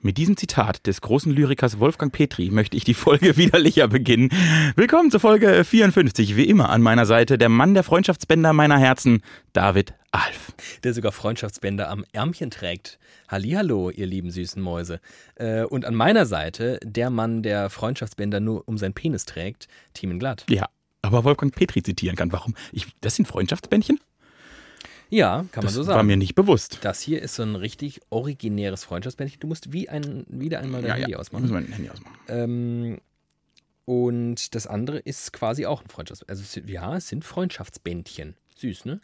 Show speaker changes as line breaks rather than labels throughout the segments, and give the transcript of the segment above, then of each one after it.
Mit diesem Zitat des großen Lyrikers Wolfgang Petri möchte ich die Folge widerlicher beginnen. Willkommen zur Folge 54. Wie immer an meiner Seite der Mann der Freundschaftsbänder meiner Herzen, David Alf.
der sogar Freundschaftsbänder am Ärmchen trägt. Hallihallo, ihr lieben süßen Mäuse. Äh, und an meiner Seite der Mann, der Freundschaftsbänder nur um seinen Penis trägt, Thiemen Glatt.
Ja, aber Wolfgang Petri zitieren kann. Warum? Ich, das sind Freundschaftsbändchen?
Ja, kann man
Das
so
war
sagen.
mir nicht bewusst.
das hier ist so ein richtig originäres Freundschaftsbändchen. Du musst wie ein, wieder einmal dein Handy
Muss
ausmachen.
mein Handy ausmachen.
Ähm, und das andere ist quasi auch ein Freundschaftsbändchen. Also es sind- ja, es sind Freundschaftsbändchen. Süß, ne?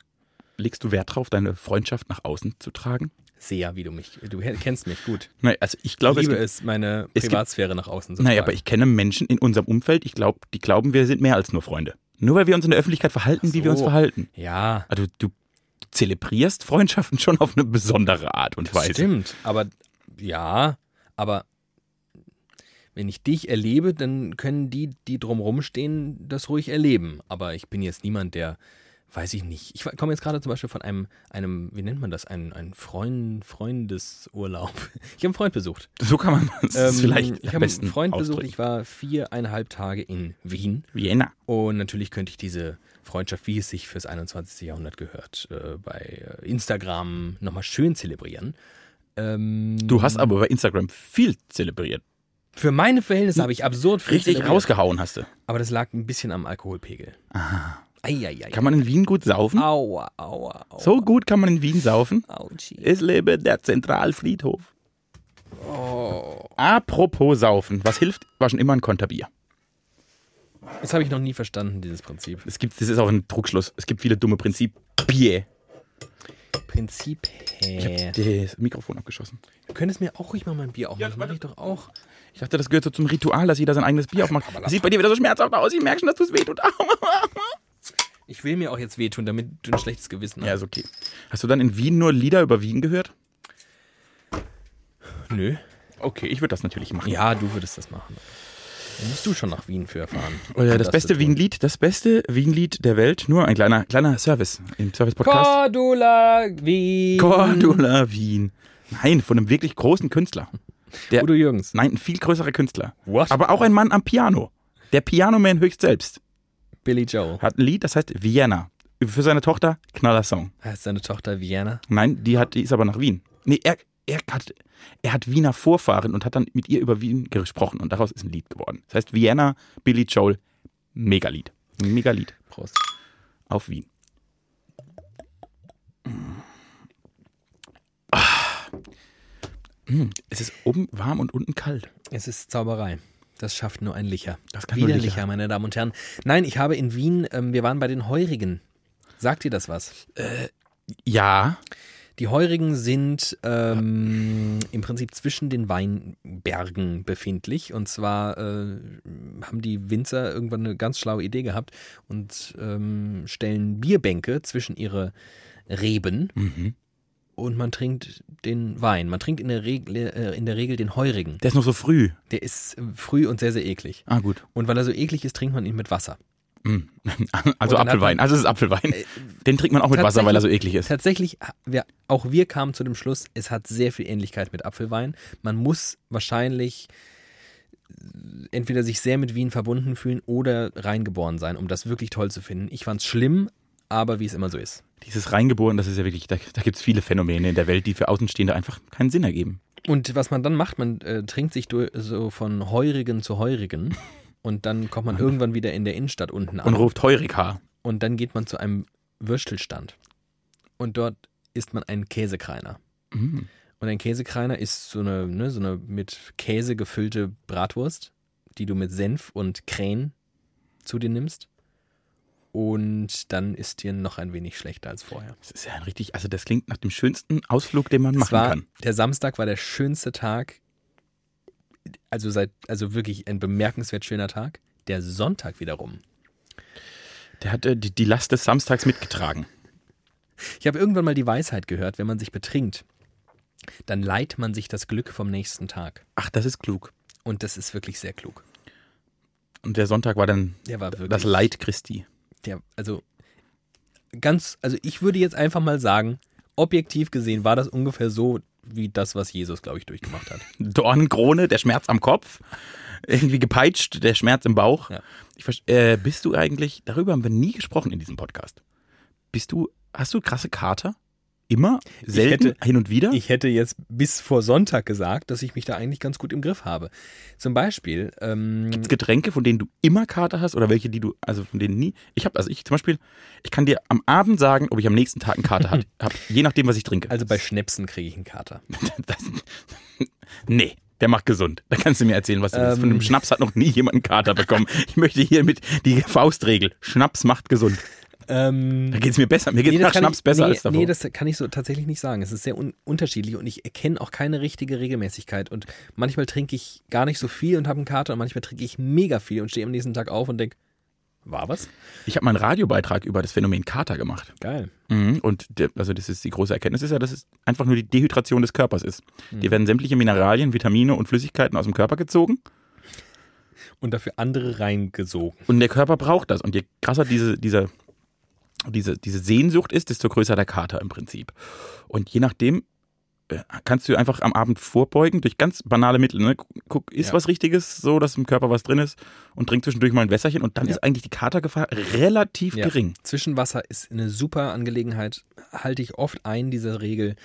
Legst du Wert drauf, deine Freundschaft nach außen zu tragen?
Sehr, wie du mich. Du kennst mich gut.
Nein, also ich
Ich
glaube,
liebe
es gibt,
es, meine
es gibt-
Privatsphäre nach außen zu
Naja,
tragen.
aber ich kenne Menschen in unserem Umfeld, ich glaube, die glauben, wir sind mehr als nur Freunde. Nur weil wir uns in der Öffentlichkeit verhalten,
Ach
wie wir uns
so.
verhalten.
Ja,
Also du zelebrierst Freundschaften schon auf eine besondere Art und Weise.
Stimmt, aber ja, aber wenn ich dich erlebe, dann können die, die drumrum stehen, das ruhig erleben. Aber ich bin jetzt niemand, der, weiß ich nicht. Ich komme jetzt gerade zum Beispiel von einem, einem, wie nennt man das, ein, ein Freund, Freundesurlaub. Ich habe einen Freund besucht.
So kann man das ist
Ähm,
vielleicht
ich
am
habe
besten
einen Freund
ausdrücken.
besucht. Ich war viereinhalb Tage in Wien.
Vienna.
Und natürlich könnte ich diese Freundschaft, wie es sich fürs 21. Jahrhundert gehört, äh, bei äh, Instagram nochmal schön zelebrieren. Ähm,
Du hast aber bei Instagram viel zelebriert.
Für meine Verhältnisse habe ich absurd viel
Richtig
zelebriert.
rausgehauen hast du.
Aber das lag ein bisschen am Alkoholpegel.
Aha.
Eieiei.
Kann man in Wien gut saufen?
Aua, aua, aua.
So gut kann man in Wien saufen.
Ah. Autschi.
Es lebe der Zentralfriedhof.
Oh.
Apropos Saufen, was hilft, war schon immer ein Konterbier.
Das habe ich noch nie verstanden, dieses Prinzip.
Es gibt, das ist auch ein Druckschluss. Es gibt viele dumme Prinzipien.
Prinzip
Ich
hä?
hab das Mikrofon abgeschossen.
Du könntest mir auch ruhig mal mein Bier aufmachen. Ja, mach ich doch auch.
Ich dachte, das gehört so zum Ritual, dass jeder sein eigenes Bier aufmacht. Das sieht bei dir wieder so schmerzhaft aus. Ich merke schon, dass du es wehtut.
Ich will mir auch jetzt wehtun, damit du ein schlechtes Gewissen
Ja,
hast.
ist okay. Hast du dann in Wien nur Lieder über Wien gehört?
Nö.
Okay, ich würde das natürlich machen.
Ja, du würdest das machen. Dann musst du schon nach Wien für erfahren.
Oder
Um
Äh, das,
zu
beste
tun.
Wien-Lied, das beste Wien-Lied der Welt. Nur ein kleiner, kleiner Service im Service-Podcast.
Cordula Wien.
Cordula Wien. Nein, von einem wirklich großen Künstler. Der,
Udo Jürgens.
nein, ein viel größerer Künstler.
What?
Aber auch ein Mann am Piano. Der Pianoman höchst selbst
Billy Joe.
hat ein Lied, das heißt Vienna. Für seine Tochter Knallersong.
Heißt Äh, seine Tochter Vienna?
Nein, die, hat, die ist aber nach Wien. Nee, er, er, hat, er hat Wiener Vorfahren und hat dann mit ihr über Wien gesprochen und daraus ist ein Lied geworden. Das heißt Vienna, Billy Joel, Megalied. Megalied
Prost.
auf Wien. Ah. Mm, Es ist oben warm und unten kalt.
Es ist Zauberei. Das schafft nur ein Licher.
Das kann nur
Wieder
Licher.
Licher, meine Damen und Herren. Nein, ich habe in Wien, ähm, wir waren bei den Heurigen. Sagt dir das was?
Ja,
Die Heurigen sind ähm, im Prinzip zwischen den Weinbergen befindlich. Und zwar äh, haben die Winzer irgendwann eine ganz schlaue Idee gehabt und ähm, stellen Bierbänke zwischen ihre Reben
mhm.
und man trinkt den Wein. Man trinkt in der, Regel, äh, in der Regel den Heurigen.
der ist noch so früh.
Der ist äh, früh und sehr, sehr eklig.
Ah, gut.
Und weil er so eklig ist, trinkt man ihn mit Wasser.
Mm.
Und
Also
dann hat
Apfelwein. Also es ist Apfelwein. Den trinkt man auch mit Wasser, weil er so eklig ist.
Tatsächlich, äh, wir, auch wir kamen zu dem Schluss, es hat sehr viel Ähnlichkeit mit Apfelwein. Man muss wahrscheinlich äh, entweder sich sehr mit Wien verbunden fühlen oder reingeboren sein, um das wirklich toll zu finden. Ich fand es schlimm, aber wie es immer so ist.
Dieses Reingeboren, das ist ja wirklich, da, da gibt es viele Phänomene in der Welt, die für Außenstehende einfach keinen Sinn ergeben.
Und was man dann macht, man äh, trinkt sich durch, so von Heurigen zu Heurigen und dann kommt man irgendwann wieder in der Innenstadt unten an.
Und ruft Heurika.
und dann geht man zu einem Würstelstand. Und dort isst man einen Käsekreiner.
Mm.
Und ein Käsekreiner ist so eine, ne, so eine mit Käse gefüllte Bratwurst, die du mit Senf und Krähen zu dir nimmst. Und dann ist dir noch ein wenig schlechter als vorher.
Das ist ja ein richtig, also das klingt nach dem schönsten Ausflug, den man
Es
machen
war,
kann.
Der Samstag war der schönste Tag. Also seit, also wirklich ein bemerkenswert schöner Tag. Der Sonntag wiederum.
Der hat äh, die, die Last des Samstags mitgetragen.
Ich habe irgendwann mal die Weisheit gehört, wenn man sich betrinkt, dann leiht man sich das Glück vom nächsten Tag.
Ach, das ist klug.
Und das ist wirklich sehr klug.
Und der Sonntag war dann
Der war wirklich.
das Leid Christi.
Der, also ganz, also ich würde jetzt einfach mal sagen, objektiv gesehen war das ungefähr so wie das, was Jesus, glaube ich, durchgemacht hat.
Dornenkrone, der Schmerz am Kopf, irgendwie gepeitscht, der Schmerz im Bauch.
Ja.
Ich verste- äh, bist du eigentlich, darüber haben wir nie gesprochen in diesem Podcast. Bist du, hast du krasse Kater? Immer? Selten?
hätte-
hin und wieder?
Ich hätte jetzt bis vor Sonntag gesagt, dass ich mich da eigentlich ganz gut im Griff habe. Zum Beispiel, ähm,
Gibt's Getränke, von denen du immer Kater hast oder welche, die du, also von denen nie? Ich habe, also ich zum Beispiel, ich kann dir am Abend sagen, ob ich am nächsten Tag einen Kater hat, hab, je nachdem, was ich trinke.
also bei Schnäpsen kriege ich einen Kater.
das, nee, der macht gesund. Da kannst du mir erzählen, was du willst. Von
Ähm.
dem Schnaps hat noch nie jemand einen Kater bekommen. Ich möchte hiermit die Faustregel. Schnaps macht gesund.
Ähm,
Da geht's mir besser. Mir geht's
Nee, das
nach
kann
Schnaps
ich,
besser
nee,
als davor.
Nee, das kann ich so tatsächlich nicht sagen. Es ist sehr un unterschiedlich und ich erkenne auch keine richtige Regelmäßigkeit. Und manchmal trinke ich gar nicht so viel und habe einen Kater und manchmal trinke ich mega viel und stehe am nächsten Tag auf und denke, war was?
ich habe mal einen Radiobeitrag über das Phänomen Kater gemacht.
Geil.
Mhm. Und der, also das ist die große Erkenntnis ist ja, dass es einfach nur die Dehydration des Körpers ist.
Mhm.
Dir werden sämtliche Mineralien, Vitamine und Flüssigkeiten aus dem Körper gezogen
Und dafür andere reingesogen.
und der Körper braucht das. Und je krasser diese, diese, diese, diese Sehnsucht ist, desto größer der Kater im Prinzip. Und je nachdem äh, kannst du einfach am Abend vorbeugen durch ganz banale Mittel. Ne? Guck, ist
Ja.
was Richtiges, so dass im Körper was drin ist und trink zwischendurch mal ein Wässerchen und dann
Ja.
ist eigentlich die Katergefahr relativ
Ja.
gering.
Zwischenwasser ist eine super Angelegenheit. Halte ich oft ein, diese Regel.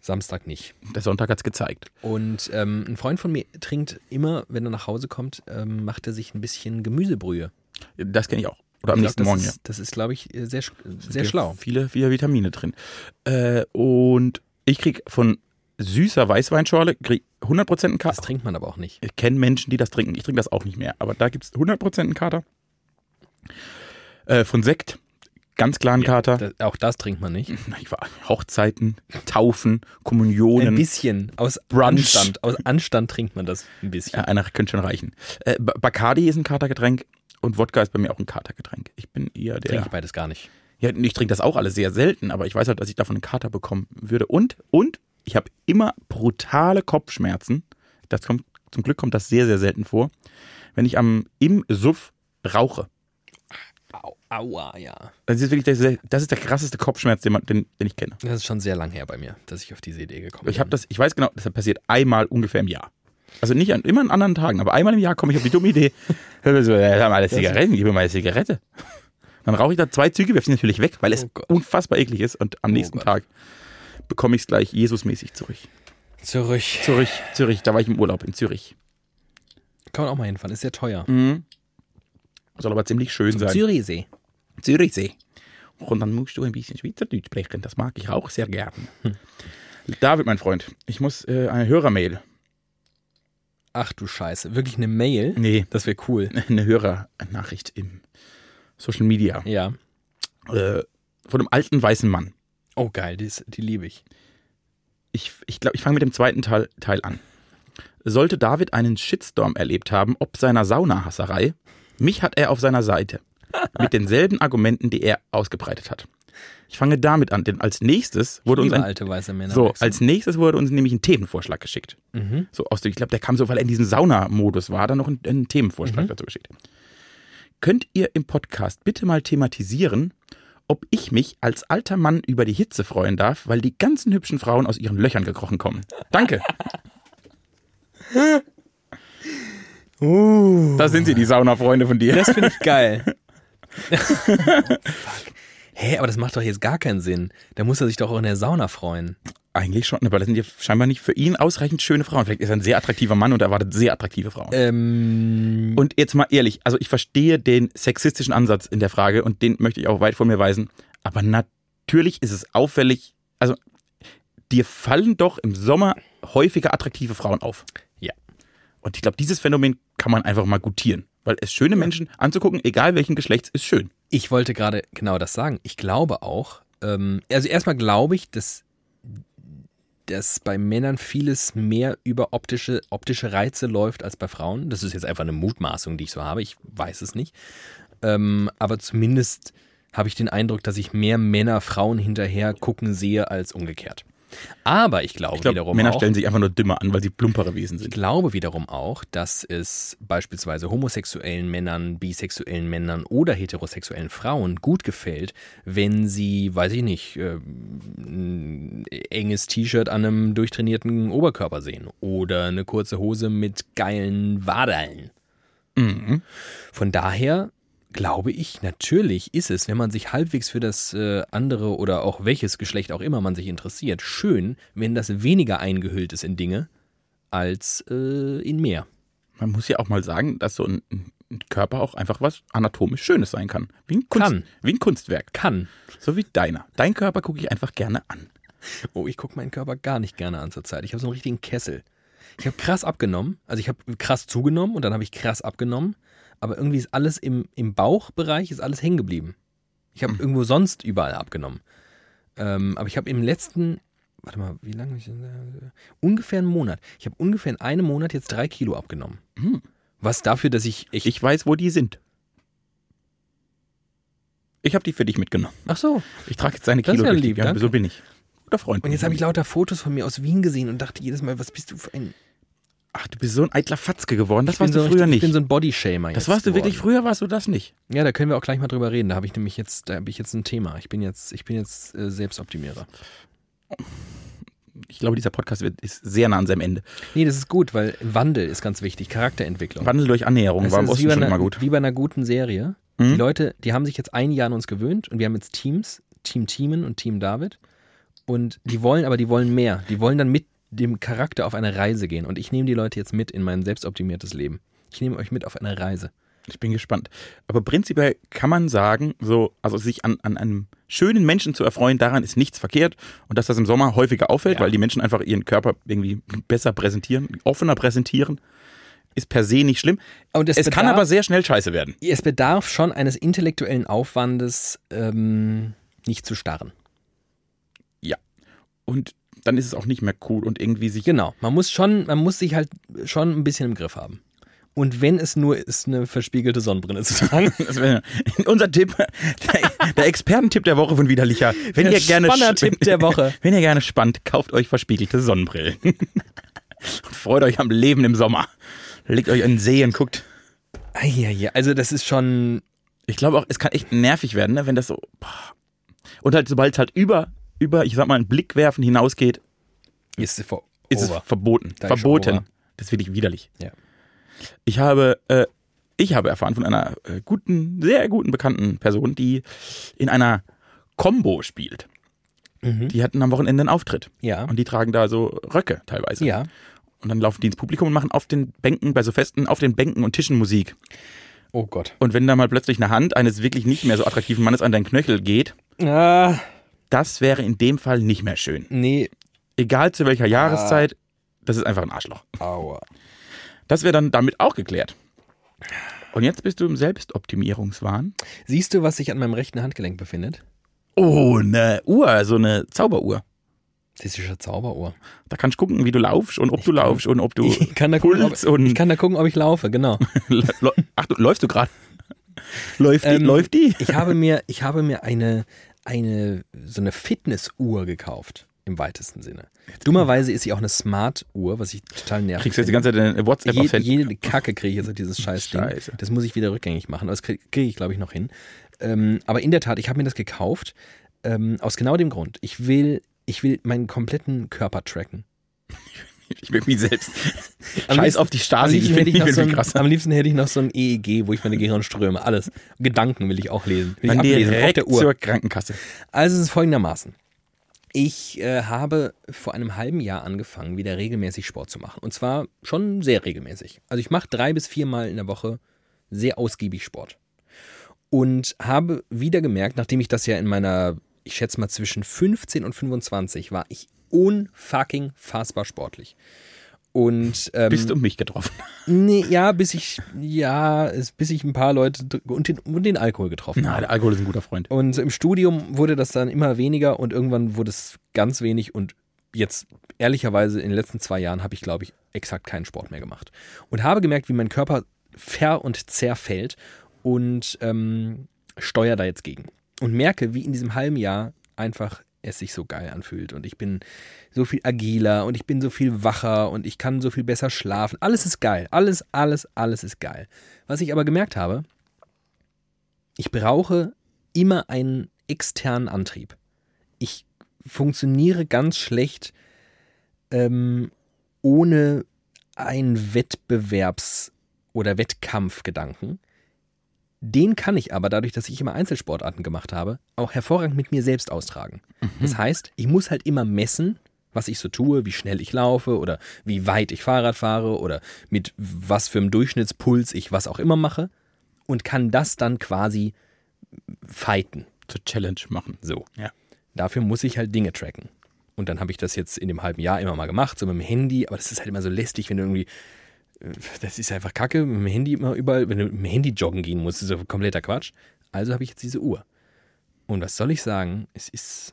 Samstag nicht.
Der Sonntag hat's gezeigt.
Und ähm, ein Freund von mir trinkt immer, wenn er nach Hause kommt, ähm, macht er sich ein bisschen Gemüsebrühe.
Das kenne ich auch. Oder am
Ich glaub,
nächsten
das
Morgen, ja.
ist, Das ist, glaube ich, äh, sehr, sch- sehr
Ja,
schlau.
Viele, viele Vitamine drin. Äh, und ich krieg von süßer Weißweinschorle krieg 100% einen
Das
Kater.
trinkt man aber auch nicht.
Ich kenne Menschen, die das trinken. Ich trinke das auch nicht mehr. Aber da gibt es 100% einen Kater. Äh, von Sekt, ganz klaren Kater.
Da, auch das trinkt man nicht.
Ich war Hochzeiten, Taufen, Kommunionen.
Ein bisschen. Aus
Brunch.
Anstand. Aus Anstand trinkt man das ein bisschen.
Ja, einer könnte schon reichen. Äh, B- Bacardi ist ein Katergetränk und Wodka ist bei mir auch ein Katergetränk. Ich bin eher der.
Trinke ich beides gar nicht.
Ja, ich trinke das auch alles sehr selten, aber ich weiß halt, dass ich davon einen Kater bekommen würde. Und, und ich habe immer brutale Kopfschmerzen. Das kommt, zum Glück kommt das sehr, sehr selten vor. Wenn ich am, im Suff rauche.
Au, aua, ja.
Das ist wirklich der, das ist der krasseste Kopfschmerz, den, man, den, den ich kenne.
Das ist schon sehr lang her bei mir, dass ich auf diese Idee gekommen
Ich habe
bin.
das, ich weiß genau, das passiert einmal ungefähr im Jahr. Also nicht an immer an anderen Tagen, aber einmal im Jahr komme ich auf die dumme Idee. Hör mal so, ja, hör mal eine Zigaretten, gib mir mal eine Zigarette. Dann rauche ich da zwei Züge, werfe sie natürlich weg, weil es
Oh Gott.
unfassbar eklig ist und am
Oh
nächsten
Gott.
Tag bekomme ich es gleich Jesusmäßig zurück.
Zurück.
Zürich, Zürich, da war ich im Urlaub in Zürich.
Kann man auch mal hinfahren. Ist sehr teuer.
Mhm, Soll aber ziemlich schön sein.
Zürichsee.
Zürichsee. Und dann musst du ein bisschen Schweizerdeutsch sprechen. Das mag ich auch sehr gern. David, mein Freund, ich muss äh, eine Hörermail.
Ach du Scheiße. Wirklich eine Mail?
Nee,
Das wäre cool.
eine Hörernachricht im Social Media.
Ja.
Äh, von einem alten weißen Mann.
Oh geil, die, ist- die liebe ich.
Ich glaube, ich, glaub, ich fange mit dem zweiten Teil, Teil an. Sollte David einen Shitstorm erlebt haben, ob seiner Saunahasserei, mich hat er auf seiner Seite. Mit denselben Argumenten, die er ausgebreitet hat. Ich fange damit an, denn als nächstes wurde uns
Liebe
ein,
alte weiße Männer.
so,
Maxi.
als nächstes wurde uns nämlich ein Themenvorschlag geschickt.
mhm.
So aus, dem- ich glaube, der kam so, weil er in diesem Sauna-Modus war, dann noch ein, ein Themenvorschlag
Mhm.
dazu geschickt. Könnt ihr im Podcast bitte mal thematisieren, ob ich mich als alter Mann über die Hitze freuen darf, weil die ganzen hübschen Frauen aus ihren Löchern gekrochen kommen? Danke. Da sind sie, die Saunafreunde von dir.
Das finde ich geil. Fuck. Hä, aber das macht doch jetzt gar keinen Sinn. Da muss er sich doch auch in der Sauna freuen.
Eigentlich schon, aber das sind ja scheinbar nicht für ihn ausreichend schöne Frauen. Vielleicht ist er ein sehr attraktiver Mann und erwartet sehr attraktive Frauen.
Ähm,
Und jetzt mal ehrlich, also ich verstehe den sexistischen Ansatz in der Frage und den möchte ich auch weit von mir weisen. Aber natürlich ist es auffällig, also dir fallen doch im Sommer häufiger attraktive Frauen auf.
Ja.
Und ich glaube, dieses Phänomen kann man einfach mal gutieren. Weil es schöne Menschen anzugucken, egal welchen Geschlechts, ist schön.
ich wollte gerade genau das sagen. Ich glaube auch, ähm, also erstmal glaube ich, dass, dass bei Männern vieles mehr über optische, optische Reize läuft als bei Frauen. Das ist jetzt einfach eine Mutmaßung, die ich so habe. Ich weiß es nicht. Ähm, aber zumindest habe ich den Eindruck, dass ich mehr Männer Frauen hinterher gucken sehe als umgekehrt. Aber ich glaube
Ich glaube,
wiederum
Männer
auch,
stellen sich einfach nur dümmer an, weil sie plumpere Wesen
ich
sind.
glaube wiederum auch, dass es beispielsweise homosexuellen Männern, bisexuellen Männern oder heterosexuellen Frauen gut gefällt, wenn sie, weiß ich nicht, äh, ein enges T-Shirt an einem durchtrainierten Oberkörper sehen oder eine kurze Hose mit geilen Wadeln.
Mhm.
Von daher glaube ich, natürlich ist es, wenn man sich halbwegs für das äh, andere oder auch welches Geschlecht auch immer man sich interessiert, schön, wenn das weniger eingehüllt ist in Dinge als äh, in mehr.
Man muss ja auch mal sagen, dass so ein, ein Körper auch einfach was anatomisch Schönes sein kann. Wie ein, Kunst,
Kann.
Wie ein Kunstwerk.
Kann.
So wie deiner. Dein Körper gucke ich einfach gerne an.
Oh, ich gucke meinen Körper gar nicht gerne an zur Zeit. Ich habe so einen richtigen Kessel. Ich habe krass abgenommen. Also ich habe krass zugenommen und dann habe ich krass abgenommen. Aber irgendwie ist alles im, im Bauchbereich ist alles hängen geblieben. Ich habe
Mhm.
irgendwo sonst überall abgenommen. Ähm, aber ich habe im letzten, warte mal, wie lange? hab Ich, denn da? ungefähr einen Monat. Ich habe ungefähr in einem Monat jetzt drei Kilo abgenommen.
Mhm.
Was dafür, dass ich, ich,
Ich weiß, wo die sind. Ich habe die für dich mitgenommen.
ach so.
Ich trage jetzt deine
Das ist
Kilo
ja
durch die-
lieb,
ja,
danke.
So bin ich. Guter Freund.
Und jetzt habe ich lauter Fotos von mir aus Wien gesehen und dachte jedes Mal, was bist du für ein?
Ach, du bist so ein eitler Fatzke geworden. Das
Ich bin
warst
so
du früher
richtig-
nicht.
Ich bin so ein Bodyshamer.
das
jetzt
warst du wirklich
geworden.
früher, warst du das nicht.
Ja, da können wir auch gleich mal drüber reden. Da habe ich nämlich jetzt, da habe ich jetzt ein Thema. Ich bin jetzt, ich bin jetzt äh, Selbstoptimierer.
Ich glaube, dieser Podcast wird, ist sehr nah an seinem Ende.
Nee, das ist gut, weil Wandel ist ganz wichtig, Charakterentwicklung.
Wandel durch Annäherung
Es
war im
ist
Osten
wie bei
schon
einer,
immer gut.
Wie bei einer guten Serie. Die
Mhm.
Leute, die haben sich jetzt ein Jahr an uns gewöhnt und wir haben jetzt Teams, Team Teamen und Team David. Und die wollen, aber die wollen mehr. Die wollen dann mit dem Charakter auf eine Reise gehen. Und ich nehme die Leute jetzt mit in mein selbstoptimiertes Leben. Ich nehme euch mit auf eine Reise.
Ich bin gespannt. Aber prinzipiell kann man sagen, so, also sich an, an einem schönen Menschen zu erfreuen, daran ist nichts verkehrt. Und dass das im Sommer häufiger auffällt,
Ja.
weil die Menschen einfach ihren Körper irgendwie besser präsentieren, offener präsentieren, ist per se nicht schlimm.
Und
Es kann aber sehr schnell scheiße werden.
es bedarf schon eines intellektuellen Aufwandes, ähm, nicht zu starren.
Und dann ist es auch nicht mehr cool und irgendwie sich.
Genau, man muss schon, man muss sich halt schon ein bisschen im Griff haben. Und wenn es nur ist, eine verspiegelte Sonnenbrille zu tragen.
Das wäre- Unser Tipp, der, der Expertentipp der Woche von Widerlicher. Wenn
Der
ihr gerne
Spanner-Tipp der Woche.
Wenn ihr gerne spannt, kauft euch verspiegelte Sonnenbrillen. Und freut euch am Leben im Sommer. Legt euch an den See und guckt.
Eieiei, also das ist schon,
Ich glaube auch, es kann echt nervig werden, ne, wenn das so. boah. Und halt, sobald es halt über, über, ich sag mal, einen Blick werfen hinausgeht,
ist vor,
ist
over.
es verboten.
Da ist schon
verboten.
over.
Das finde ich widerlich.
Ja.
Ich habe, äh, ich habe erfahren von einer äh, guten, sehr guten bekannten Person, die in einer Combo spielt.
Mhm.
Die hatten am Wochenende einen Auftritt.
Ja,
Und die tragen da so Röcke teilweise.
ja.
Und dann laufen die ins Publikum und machen auf den Bänken, bei so Festen, auf den Bänken und Tischen Musik.
Oh Gott.
Und wenn da mal plötzlich eine Hand eines wirklich nicht mehr so attraktiven Mannes an deinen Knöchel geht,
Ah,
das wäre in dem Fall nicht mehr schön.
nee,
Egal zu
Ah.
welcher Jahreszeit, das ist einfach ein Arschloch.
aua.
Das wäre dann damit auch geklärt. Und jetzt bist du im Selbstoptimierungswahn.
Siehst du, was sich an meinem rechten Handgelenk befindet?
Oh, eine Uhr, so eine Zauberuhr.
Das ist ja Zauberohr.
Da kannst du gucken, wie du laufst und ob du laufst und ob du
Ich kann da gucken, ob,
Puls und
ich kann da gucken, ob ich laufe, genau.
Lä- Ach, du, läufst du gerade? Läuft die?
Ähm,
läuft die?
Ich habe mir, ich habe mir eine, eine, so eine Fitnessuhr gekauft. Im weitesten Sinne. Dummerweise ist sie auch eine Smart-Uhr, was ich total nervig
Kriegst du jetzt die ganze Zeit eine WhatsApp aufs
Je,
Handy?
jede Kacke kriege ich jetzt auf dieses scheiß Ding.
Scheiße.
Das muss ich wieder rückgängig machen. aber Das kriege krieg ich, glaube ich, noch hin. Ähm, aber in der Tat, ich habe mir das gekauft. Ähm, aus genau dem Grund. Ich will, ich will meinen kompletten Körper tracken.
Ich merke mich selbst.
Am
Scheiß
liebsten-
auf Ah, die Stasi, ich
hätte
finde ich
noch
bin
so
viel
ein,
krasser.
am liebsten hätte ich noch so ein EEG, wo ich meine Gehirnströme, alles. Gedanken will ich auch lesen. Will ich
Dann
ablesen auf
direkt
der Uhr.
zur Krankenkasse.
Also es ist folgendermaßen. Ich äh, habe vor einem halben Jahr angefangen, wieder regelmäßig Sport zu machen. Und zwar schon sehr regelmäßig. Also ich mache drei bis viermal in der Woche sehr ausgiebig Sport. Und habe wieder gemerkt, nachdem ich das ja in meiner, ich schätze mal zwischen 15 und 25 war, ich unfucking fassbar sportlich. Und ähm,
Bist du mich getroffen?
nee, ja, bis ich ja, es- bis ich ein paar Leute dr- und den, und den Alkohol getroffen
Na, der Alkohol ist ein guter Freund.
und so im Studium wurde das dann immer weniger und irgendwann wurde es ganz wenig und jetzt ehrlicherweise in den letzten zwei Jahren habe ich, glaube ich, exakt keinen Sport mehr gemacht. Und habe gemerkt, wie mein Körper ver- und zerfällt und ähm, steuere da jetzt gegen. und merke, wie in diesem halben Jahr einfach es sich so geil anfühlt und ich bin so viel agiler und ich bin so viel wacher und ich kann so viel besser schlafen. Alles ist geil. Alles, alles, alles ist geil. Was ich aber gemerkt habe, ich brauche immer einen externen Antrieb. Ich funktioniere ganz schlecht ähm, ohne einen Wettbewerbs- oder Wettkampfgedanken. Den kann ich aber, dadurch, dass ich immer Einzelsportarten gemacht habe, auch hervorragend mit mir selbst austragen. Mhm. Das heißt, ich muss halt immer messen, was ich so tue, wie schnell ich laufe oder wie weit ich Fahrrad fahre oder mit was für einem Durchschnittspuls ich was auch immer mache und kann das dann quasi fighten.
Zur Challenge machen.
So.
Ja.
Dafür muss ich halt Dinge tracken. Und dann habe ich das jetzt in dem halben Jahr immer mal gemacht, so mit dem Handy, aber das ist halt immer so lästig, wenn du irgendwie äh, das ist einfach kacke, mit dem Handy immer überall, wenn du mit dem Handy joggen gehen musst, ist doch kompletter Quatsch. Also habe ich jetzt diese Uhr. Und was soll ich sagen? Es ist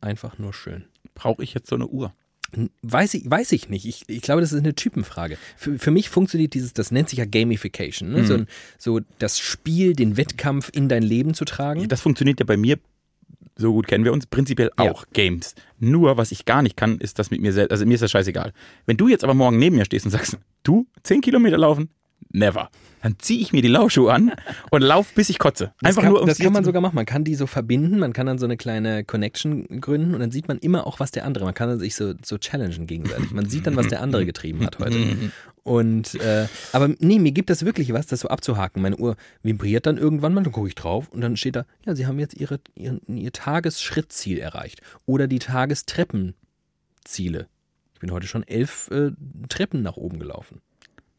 einfach nur schön.
Brauche ich jetzt so eine Uhr?
Weiß ich, weiß ich nicht. Ich, ich glaube, das ist eine Typenfrage. Für, für mich funktioniert dieses, das nennt sich ja Gamification, ne?
Mhm.
so, ein- so das Spiel, den Wettkampf in dein Leben zu tragen.
Das funktioniert ja bei mir, so gut kennen wir uns, prinzipiell
Ja.
auch Games. Nur, was ich gar nicht kann, ist das mit mir selbst. Also mir ist das scheißegal. Wenn du jetzt aber morgen neben mir stehst und sagst, du, 10 Kilometer laufen, never. Dann ziehe ich mir die Laufschuhe an und lauf, bis ich kotze.
Das
Einfach
kann,
nur, um
das kann man sogar machen. Man kann die so verbinden, man kann dann so eine kleine Connection gründen und dann sieht man immer auch, was der andere. Man kann dann sich so, so challengen gegenseitig. Man sieht dann, was der andere getrieben hat heute. Und äh, aber nee, mir gibt das wirklich was, das so abzuhaken. Meine Uhr vibriert dann irgendwann mal, dann gucke ich drauf und dann steht da, ja, sie haben jetzt ihre, ihr, ihr Tagesschrittziel erreicht oder die Tagestreppenziele. Ich bin heute schon elf äh, Treppen nach oben gelaufen.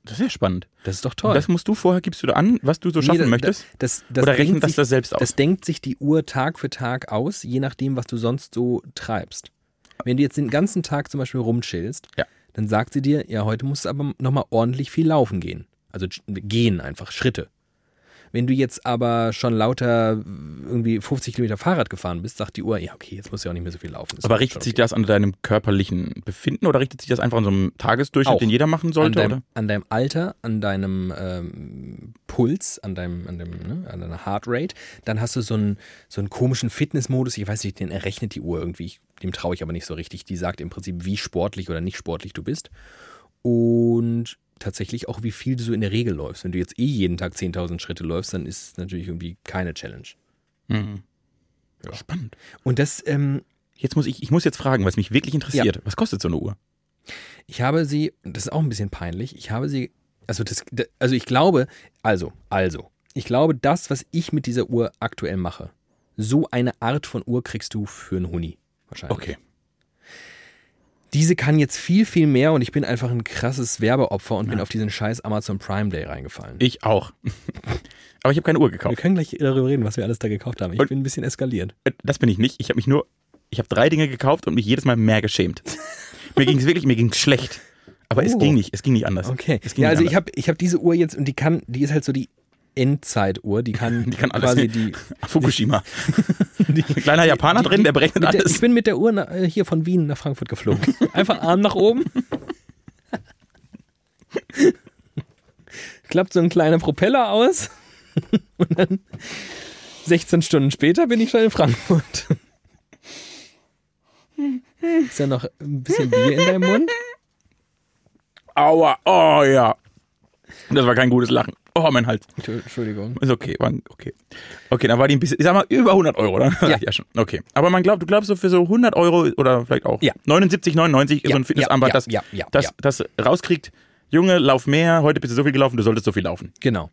Das ist ja spannend.
Das ist doch toll.
Und das musst du vorher, gibst du da an, was du so schaffen
Nee, da-
möchtest.
da- Das, das
Oder rechnet
denkt
das
sich-
das selbst aus?
Das denkt sich die Uhr Tag für Tag aus, je nachdem, was du sonst so treibst. Wenn du jetzt den ganzen Tag zum Beispiel rumchillst,
Ja.
dann sagt sie dir, ja, heute musst du aber nochmal ordentlich viel laufen gehen. Also ch- gehen einfach, Schritte. Wenn du jetzt aber schon lauter äh, irgendwie 50 Kilometer Fahrrad gefahren bist, sagt die Uhr, ja, okay, jetzt musst du ja auch nicht mehr so viel laufen. Das
aber
ist
richtet
schon
sich
okay.
das an deinem körperlichen Befinden oder richtet sich das einfach an so einem Tagesdurchschnitt,
Auch.
den jeder machen sollte?
an
Oder?
deinem, an deinem Alter, an deinem ähm, Puls, an deinem, an dem, ne, an deiner Heartrate, dann hast du so einen, so einen komischen Fitnessmodus. Ich weiß nicht, den errechnet die Uhr irgendwie. Ich, dem traue ich aber nicht so richtig. Die sagt im Prinzip, wie sportlich oder nicht sportlich du bist. Und tatsächlich auch, wie viel du so in der Regel läufst. Wenn du jetzt eh jeden Tag 10.000 Schritte läufst, dann ist es natürlich irgendwie keine Challenge.
Mhm. Spannend.
Und das, ähm,
Jetzt muss ich, ich muss jetzt fragen, was mich wirklich interessiert. Was kostet so eine Uhr?
Ich habe sie, das ist auch ein bisschen peinlich, ich habe sie, also das, da- also ich glaube, also, also, ich glaube, das, was ich mit dieser Uhr aktuell mache, so eine Art von Uhr kriegst du für einen Huni. Wahrscheinlich.
Okay.
Diese kann jetzt viel, viel mehr und ich bin einfach ein krasses Werbeopfer und bin auf diesen scheiß Amazon Prime Day reingefallen.
Ich auch. Aber ich habe keine Uhr
wir
gekauft.
können gleich darüber reden, was wir alles da gekauft haben. Ich
Und-
bin ein bisschen eskaliert.
Das bin ich nicht. Ich habe mich nur, ich habe drei Dinge gekauft und mich jedes Mal mehr geschämt. mir ging es wirklich, mir ging es schlecht. Aber es
Oh.
ging nicht, es ging nicht anders.
Okay.
Es ging
Ja, also
nicht
ich habe ich hab diese Uhr jetzt und die kann, die ist halt so die Endzeituhr, die kann,
Die kann alles.
quasi die,
anders. Fukushima.
die,
Ein kleiner Japaner drin, der berechnet
Mit der,
alles.
ich bin mit der Uhr nach, äh, hier von Wien nach Frankfurt geflogen. Einfach Arm nach oben. Klappt so ein kleiner Propeller aus. Und dann 16 Stunden später bin ich schon in Frankfurt. Ist ja noch ein bisschen Bier in deinem Mund.
Aua, oh ja. Das war kein gutes Lachen. Oh, mein Hals.
Entschu- Entschuldigung.
Ist okay, war, okay. Okay, dann war die ein bisschen, ich sag mal, über 100 Euro, oder?
Ja.
schon. Okay. Aber man glaubt, du glaubst so für so 100 Euro oder vielleicht auch
Ja.
79, 99
Ja,
so ein Fitnessarmband,
ja,
das,
ja, ja,
das,
ja.
das rauskriegt, Junge, lauf mehr, heute bist du so viel gelaufen, du solltest so viel laufen.
Genau.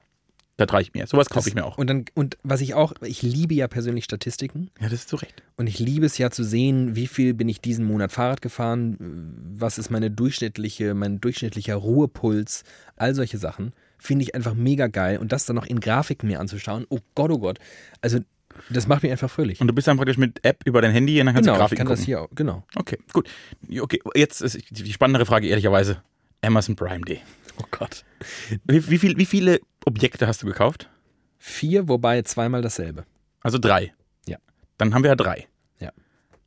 Das reicht mir. Sowas kaufe ich mir auch.
Und, dann, und was ich auch, ich liebe ja persönlich Statistiken.
Ja, das ist zu Recht.
Und ich liebe es ja zu sehen, wie viel bin ich diesen Monat Fahrrad gefahren, was ist meine durchschnittliche, mein durchschnittlicher Ruhepuls, all solche Sachen. Finde ich einfach mega geil. Und das dann noch in Grafiken mir anzuschauen, oh Gott, oh Gott. Also, das macht mich einfach fröhlich.
Und du bist dann praktisch mit App über dein Handy und dann kannst
genau,
du
ich
Grafiken
kann das
gucken.
hier auch, genau.
Okay, gut. Okay, jetzt ist die die spannendere Frage, ehrlicherweise. Amazon Prime Day.
Oh Gott.
Wie, wie, viel, wie viele Objekte hast du gekauft?
Vier, wobei zweimal dasselbe.
Also drei.
Ja.
Dann haben wir ja drei.
Ja.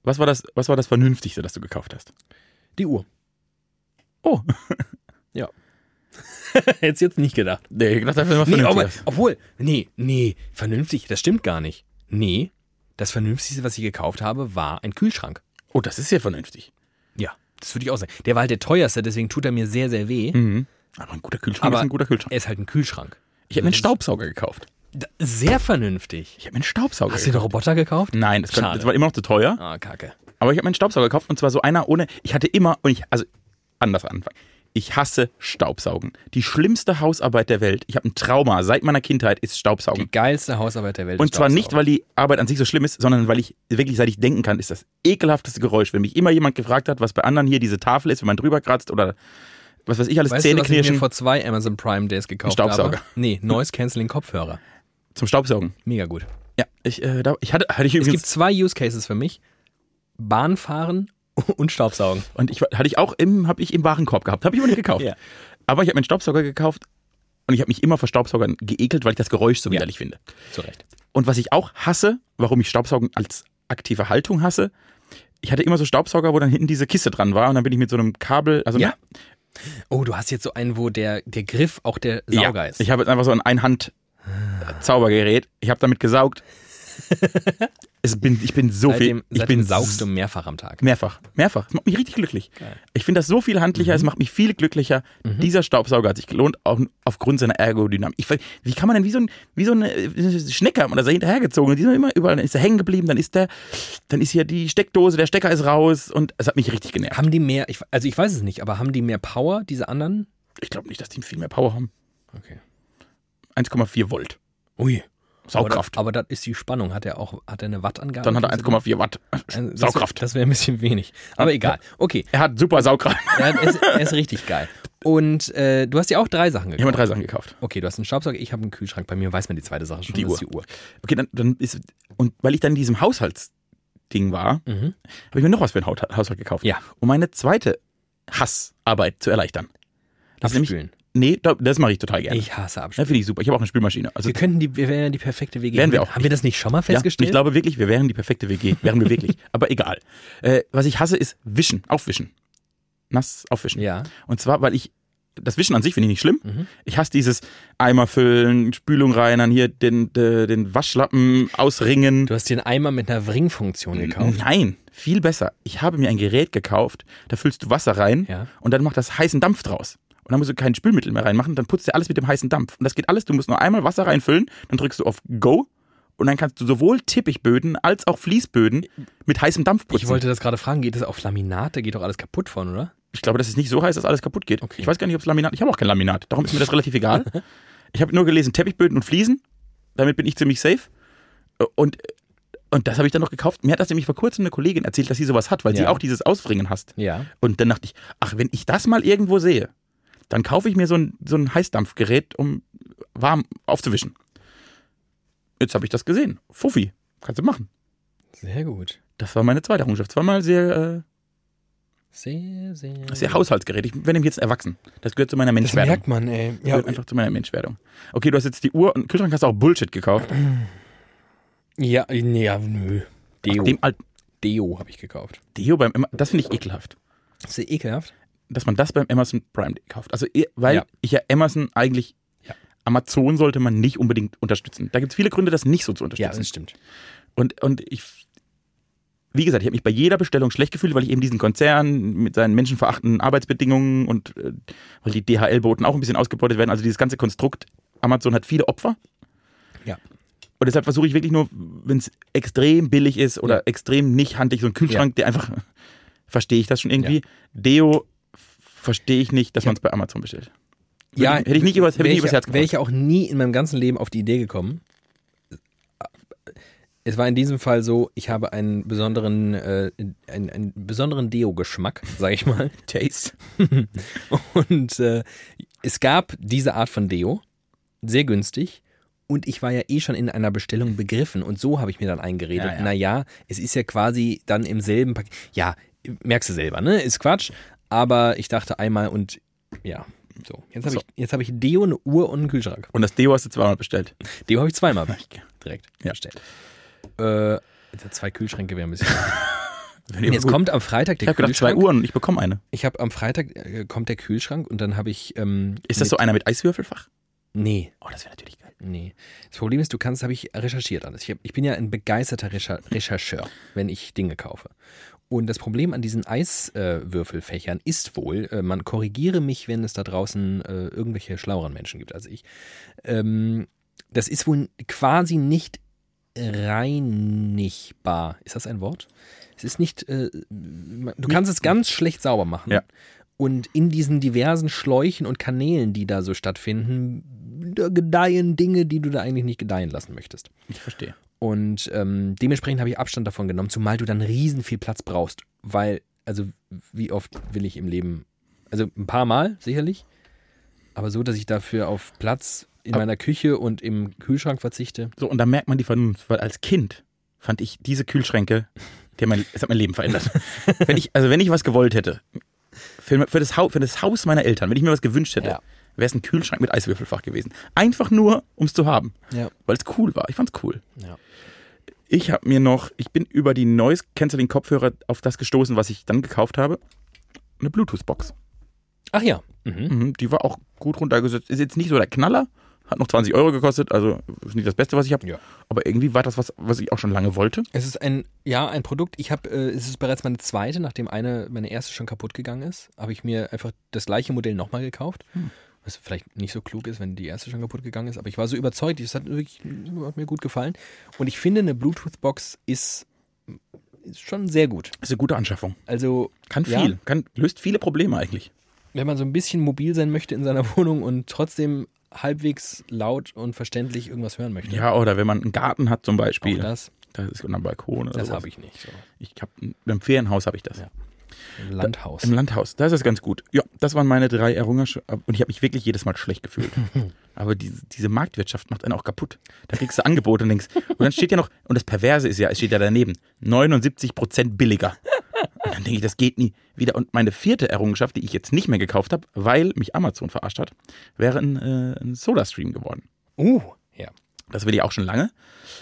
Was war das, was war das Vernünftigste, das du gekauft hast?
Die Uhr.
Oh,
Hätte ich jetzt nicht gedacht.
nee, ich dachte, das war
Nee, aber,
vernünftig.
obwohl, nee, nee, vernünftig, das stimmt gar nicht. Nee, Das Vernünftigste, was ich gekauft habe, war ein Kühlschrank.
Oh, das ist ja vernünftig.
Ja. Das würde ich auch sagen. Der war halt der teuerste, deswegen tut er mir sehr, sehr weh.
Mhm. Aber ein guter Kühlschrank
Aber
ist ein guter Kühlschrank.
Er ist halt ein Kühlschrank.
Ich habe mir einen Staubsauger gekauft.
D- Sehr vernünftig.
Ich habe mir einen Staubsauger
Hast du
gekauft.
den Roboter gekauft?
Nein, das, könnte,
Schade.
das war immer noch zu teuer.
Ah, kacke.
Aber ich habe mir einen Staubsauger gekauft und zwar so einer ohne. Ich hatte immer und ich also anders anfangen. Ich hasse Staubsaugen. Die schlimmste Hausarbeit der Welt. Ich habe ein Trauma seit meiner Kindheit ist Staubsaugen.
Die geilste Hausarbeit der Welt.
und
ist
zwar nicht,
Staubsaugen.
weil die Arbeit an sich so schlimm ist, sondern weil ich wirklich, seit ich denken kann, ist das ekelhafteste Geräusch. Wenn mich immer jemand gefragt hat, was bei anderen hier diese Tafel ist, wenn man drüber kratzt oder was weiß ich alles,
Weißt du, was ich mir
Zähneknirschen
vor zwei Amazon Prime Days gekauft
Ein Staubsauger.
habe? Nee, Noise Cancelling Kopfhörer.
zum Staubsaugen.
Mega gut.
Ja, ich, äh, da, ich hatte, hatte ich
Es gibt
übrigens,
zwei Use Cases für mich: Bahnfahren und Staubsaugen.
und ich hatte ich auch im, habe ich im Warenkorb gehabt, habe ich aber nicht gekauft.
Ja.
Aber ich habe mir einen Staubsauger gekauft und ich habe mich immer vor Staubsaugern geekelt, weil ich das Geräusch so widerlich finde.
Zu Recht.
Und was ich auch hasse, warum ich Staubsaugen als aktive Haltung hasse, ich hatte immer so Staubsauger, wo dann hinten diese Kiste dran war und dann bin ich mit so einem Kabel, also
Ja, Oh, du hast jetzt so einen, wo der, der Griff auch der Sauger ist.
ich habe jetzt einfach so ein Einhand Zaubergerät. Ich habe damit gesaugt. es bin, ich bin so
seitdem,
viel, ich
seitdem
bin
saugst du mehrfach am Tag.
mehrfach, mehrfach. Es macht mich richtig glücklich.
Geil. Mhm.
Ich finde das so viel handlicher, es macht mich viel glücklicher. Dieser Staubsauger hat sich gelohnt auf, aufgrund seiner Ergodynamik. Ich, weiß- wie kann man denn wie so, ein, wie so eine äh, Schnecke hat man da so hinterhergezogen und die sind immer überall, dann ist er hängen geblieben, dann ist der, dann ist hier die Steckdose, der Stecker ist raus und es hat mich richtig genervt.
Haben die mehr, ich, also ich weiß es nicht, aber haben die mehr Power, diese anderen?
Ich glaube nicht, dass die viel mehr Power haben.
Okay.
1,4 Volt.
Ui.
Saugkraft.
Aber, da- aber das ist die Spannung. Hat er auch hat er eine Wattangabe?
Dann hat er 1,4 Watt.
Also das wär-
Saugkraft.
Das wäre ein bisschen wenig. Aber egal. Okay,
Er hat super Saugkraft.
er, hat- er, ist, er ist richtig geil. Und äh, du hast ja auch drei Sachen
Ich habe
gekauft.
mir drei Sachen gekauft.
Okay, du hast einen Staubsauger, ich habe einen Kühlschrank. Bei mir weiß man die zweite Sache schon.
Die
das Ist die Uhr.
Okay, dann, dann ist, und weil ich dann in diesem Haushaltsding war,
Mhm.
habe ich mir noch was für den Haut- Haushalt gekauft.
Ja.
Um meine zweite Hassarbeit zu erleichtern. Das ist nämlich,
Abspülen.
nee, da- das mache ich total gerne.
Ich hasse
Ja,
Abspülen.
Finde ich super. Ich habe auch eine Spülmaschine. Also,
Wir könnten die, wir wären ja die perfekte WG.
Wären wir auch.
Haben wir das nicht schon mal
ja, ich
festgestellt?
glaube wirklich, wir wären die perfekte WG. Wären wir wirklich. Aber egal. Äh, was ich hasse, ist Wischen. Aufwischen. Nass aufwischen.
ja.
Und zwar, weil ich, das Wischen an sich finde ich nicht schlimm.
Mhm.
Ich hasse dieses Eimer füllen, Spülung rein, dann hier den, den, den Waschlappen ausringen.
Du hast dir einen Eimer mit einer Wringfunktion gekauft.
Nein, viel besser. Ich habe mir ein Gerät gekauft, da füllst du Wasser rein
Ja.
und dann macht das heißen Dampf draus. Und dann musst du kein Spülmittel mehr reinmachen, dann putzt er alles mit dem heißen Dampf. Und das geht alles, du musst nur einmal Wasser reinfüllen, dann drückst du auf Go und dann kannst du sowohl Teppichböden als auch Fließböden mit heißem Dampf putzen.
Ich wollte das gerade fragen, geht das auf Laminat? Da geht doch alles kaputt von, oder?
ich glaube, das ist nicht so heiß, dass alles kaputt geht.
Okay.
Ich weiß gar nicht, ob es Laminat, ich habe auch kein Laminat, darum ist mir das relativ egal. Ich habe nur gelesen, Teppichböden und Fliesen, damit bin ich ziemlich safe. Und, und das habe ich dann noch gekauft. Mir hat das nämlich vor kurzem eine Kollegin erzählt, dass sie sowas hat, weil sie
Ja.
auch dieses Ausfringen hasst.
Ja.
Und dann dachte ich, ach, wenn ich das mal irgendwo sehe, dann kaufe ich mir so ein, so ein Heißdampfgerät, um warm aufzuwischen. Jetzt habe ich das gesehen. Fuffi, kannst du machen.
Sehr gut.
Das war meine zweite Errungenschaft. Zweimal sehr,
Sehr,
äh,
sehr.
sehr Haushaltsgerät. Ich bin jetzt erwachsen. Das gehört zu meiner
das
Menschwerdung.
merkt man, ey.
Das
Ja,
gehört einfach zu meiner Menschwerdung. Okay, du hast jetzt die Uhr und Kühlschrank hast du auch Bullshit gekauft.
ja, nee, ja nö. Deo.
Ach, Dem Alt
Deo habe ich gekauft.
Deo beim Emma, das finde ich ekelhaft.
Ist das ekelhaft?
Dass man das beim Amazon Prime kauft. Also, eh- weil
Ja.
ich ja Amazon eigentlich.
Ja.
Amazon sollte man nicht unbedingt unterstützen. Da gibt es viele Gründe, das nicht so zu unterstützen.
stimmt.
Und, und ich, wie gesagt, ich habe mich bei jeder Bestellung schlecht gefühlt, weil ich eben diesen Konzern mit seinen menschenverachtenden Arbeitsbedingungen und äh, weil die DHL-Boten auch ein bisschen ausgebeutet werden. Also dieses ganze Konstrukt, Amazon hat viele Opfer.
Ja.
Und deshalb versuche ich wirklich nur, wenn es extrem billig ist oder
Ja.
extrem nicht handlich, so ein Kühlschrank, der einfach, verstehe ich das schon irgendwie. Deo f- verstehe ich nicht, dass man es bei Amazon bestellt.
Ja,
hätte ich nicht übers- hätte ich nicht
welche-
übers Herz gebracht.
Wäre ich auch nie in meinem ganzen Leben auf die Idee gekommen. Es war in diesem Fall so, ich habe einen besonderen, äh, einen, einen besonderen Deo-Geschmack, sage ich mal.
Taste.
Und äh, es gab diese Art von Deo, sehr günstig. Und ich war ja eh schon in einer Bestellung begriffen. Und so habe ich mir dann eingeredet,
Ja, ja.
naja, es ist ja quasi dann im selben Paket. Ja, merkst du selber, ne? Ist Quatsch. Aber ich dachte einmal und ja, so. Jetzt habe
So.
ich, jetzt habe ich Deo, eine Uhr und einen Kühlschrank.
Und das Deo hast du zweimal bestellt.
Deo habe ich zweimal direkt
Ja.
bestellt. Äh, zwei Kühlschränke wären ein bisschen.
Wenn ihr-
Jetzt kommt am Freitag
ich
der
habe gedacht, zwei
Kühlschrank.
Uhren und ich bekomme eine.
Ich habe am Freitag äh, kommt der Kühlschrank und dann habe ich. Ähm,
Ist das so einer mit Eiswürfelfach?
Nee,
Oh, das wäre natürlich geil.
nee. Das Problem ist, du kannst, habe ich recherchiert alles. Ich, hab, ich bin ja ein begeisterter Recher Rechercheur, wenn ich Dinge kaufe. Und das Problem an diesen Eiswürfelfächern äh, Würfelfächern ist wohl, äh, man korrigiere mich, wenn es da draußen äh, irgendwelche schlaueren Menschen gibt als ich. Ähm, das ist wohl quasi nicht reinigbar. Ist das ein Wort? Es ist nicht, äh, man- du kannst es ganz schlecht sauber machen.
Ja.
Und in diesen diversen Schläuchen und Kanälen, die da so stattfinden, da gedeihen Dinge, die du da eigentlich nicht gedeihen lassen möchtest.
Ich verstehe.
Und ähm, dementsprechend habe ich Abstand davon genommen, zumal du dann riesen viel Platz brauchst. Weil, also wie oft will ich im Leben, also ein paar Mal sicherlich, aber so, dass ich dafür auf Platz in
Ab-
meiner Küche und im Kühlschrank verzichte.
So, und da merkt man die Vernunft, weil als Kind fand ich diese Kühlschränke, die haben mein, es hat mein Leben verändert. wenn ich, also wenn ich was gewollt hätte, für, für, das, Hau- für das Haus meiner Eltern, wenn ich mir was gewünscht hätte,
Ja.
wäre es ein Kühlschrank mit Eiswürfelfach gewesen. Einfach nur, um es zu haben,
Ja.
weil es cool war. Ich fand's cool.
Ja.
Ich habe mir noch, ich bin über die Noise Cancelling Kopfhörer auf das gestoßen, was ich dann gekauft habe. Eine Bluetooth-Box.
Ach ja. Mhm.
Mhm, die war auch gut runtergesetzt. Ist jetzt nicht so der Knaller. Hat noch 20 Euro gekostet, also ist nicht das Beste, was ich habe.
Ja.
Aber irgendwie war das was, was ich auch schon lange wollte.
Es ist ein, ja, ein Produkt. Ich habe, äh, es ist bereits meine zweite, nachdem eine, meine erste schon kaputt gegangen ist, habe ich mir einfach das gleiche Modell nochmal gekauft. Was vielleicht nicht so klug ist, wenn die erste schon kaputt gegangen ist, aber ich war so überzeugt, es hat, wirklich, hat mir gut gefallen. Und ich finde, eine Bluetooth-Box ist, ist schon sehr gut.
Ist eine gute Anschaffung.
Also,
Kann
Ja.
viel, kann, löst viele Probleme eigentlich.
wenn man so ein bisschen mobil sein möchte in seiner Wohnung und trotzdem halbwegs laut und verständlich irgendwas hören möchte.
Ja, oder wenn man einen Garten hat zum
Auch
Beispiel.
das,
Das ist am Balkon oder
das
sowas.
habe ich nicht. So.
ich hab, Im Ferienhaus habe ich das.
Ja. Im Landhaus.
Im Landhaus, da ist das ganz gut. Ja, das waren meine drei Errungenschaften. Und ich habe mich wirklich jedes Mal schlecht gefühlt. Aber die, diese Marktwirtschaft macht einen auch kaputt. Da kriegst du Angebote und denkst. Und dann steht ja noch, und das Perverse ist ja, es steht ja daneben, 79% billiger. Und dann denke ich, das geht nie wieder. Und meine vierte Errungenschaft, die ich jetzt nicht mehr gekauft habe, weil mich Amazon verarscht hat, wäre ein, äh, ein Soda-Stream geworden.
Uh, ja.
Das will ich auch schon lange.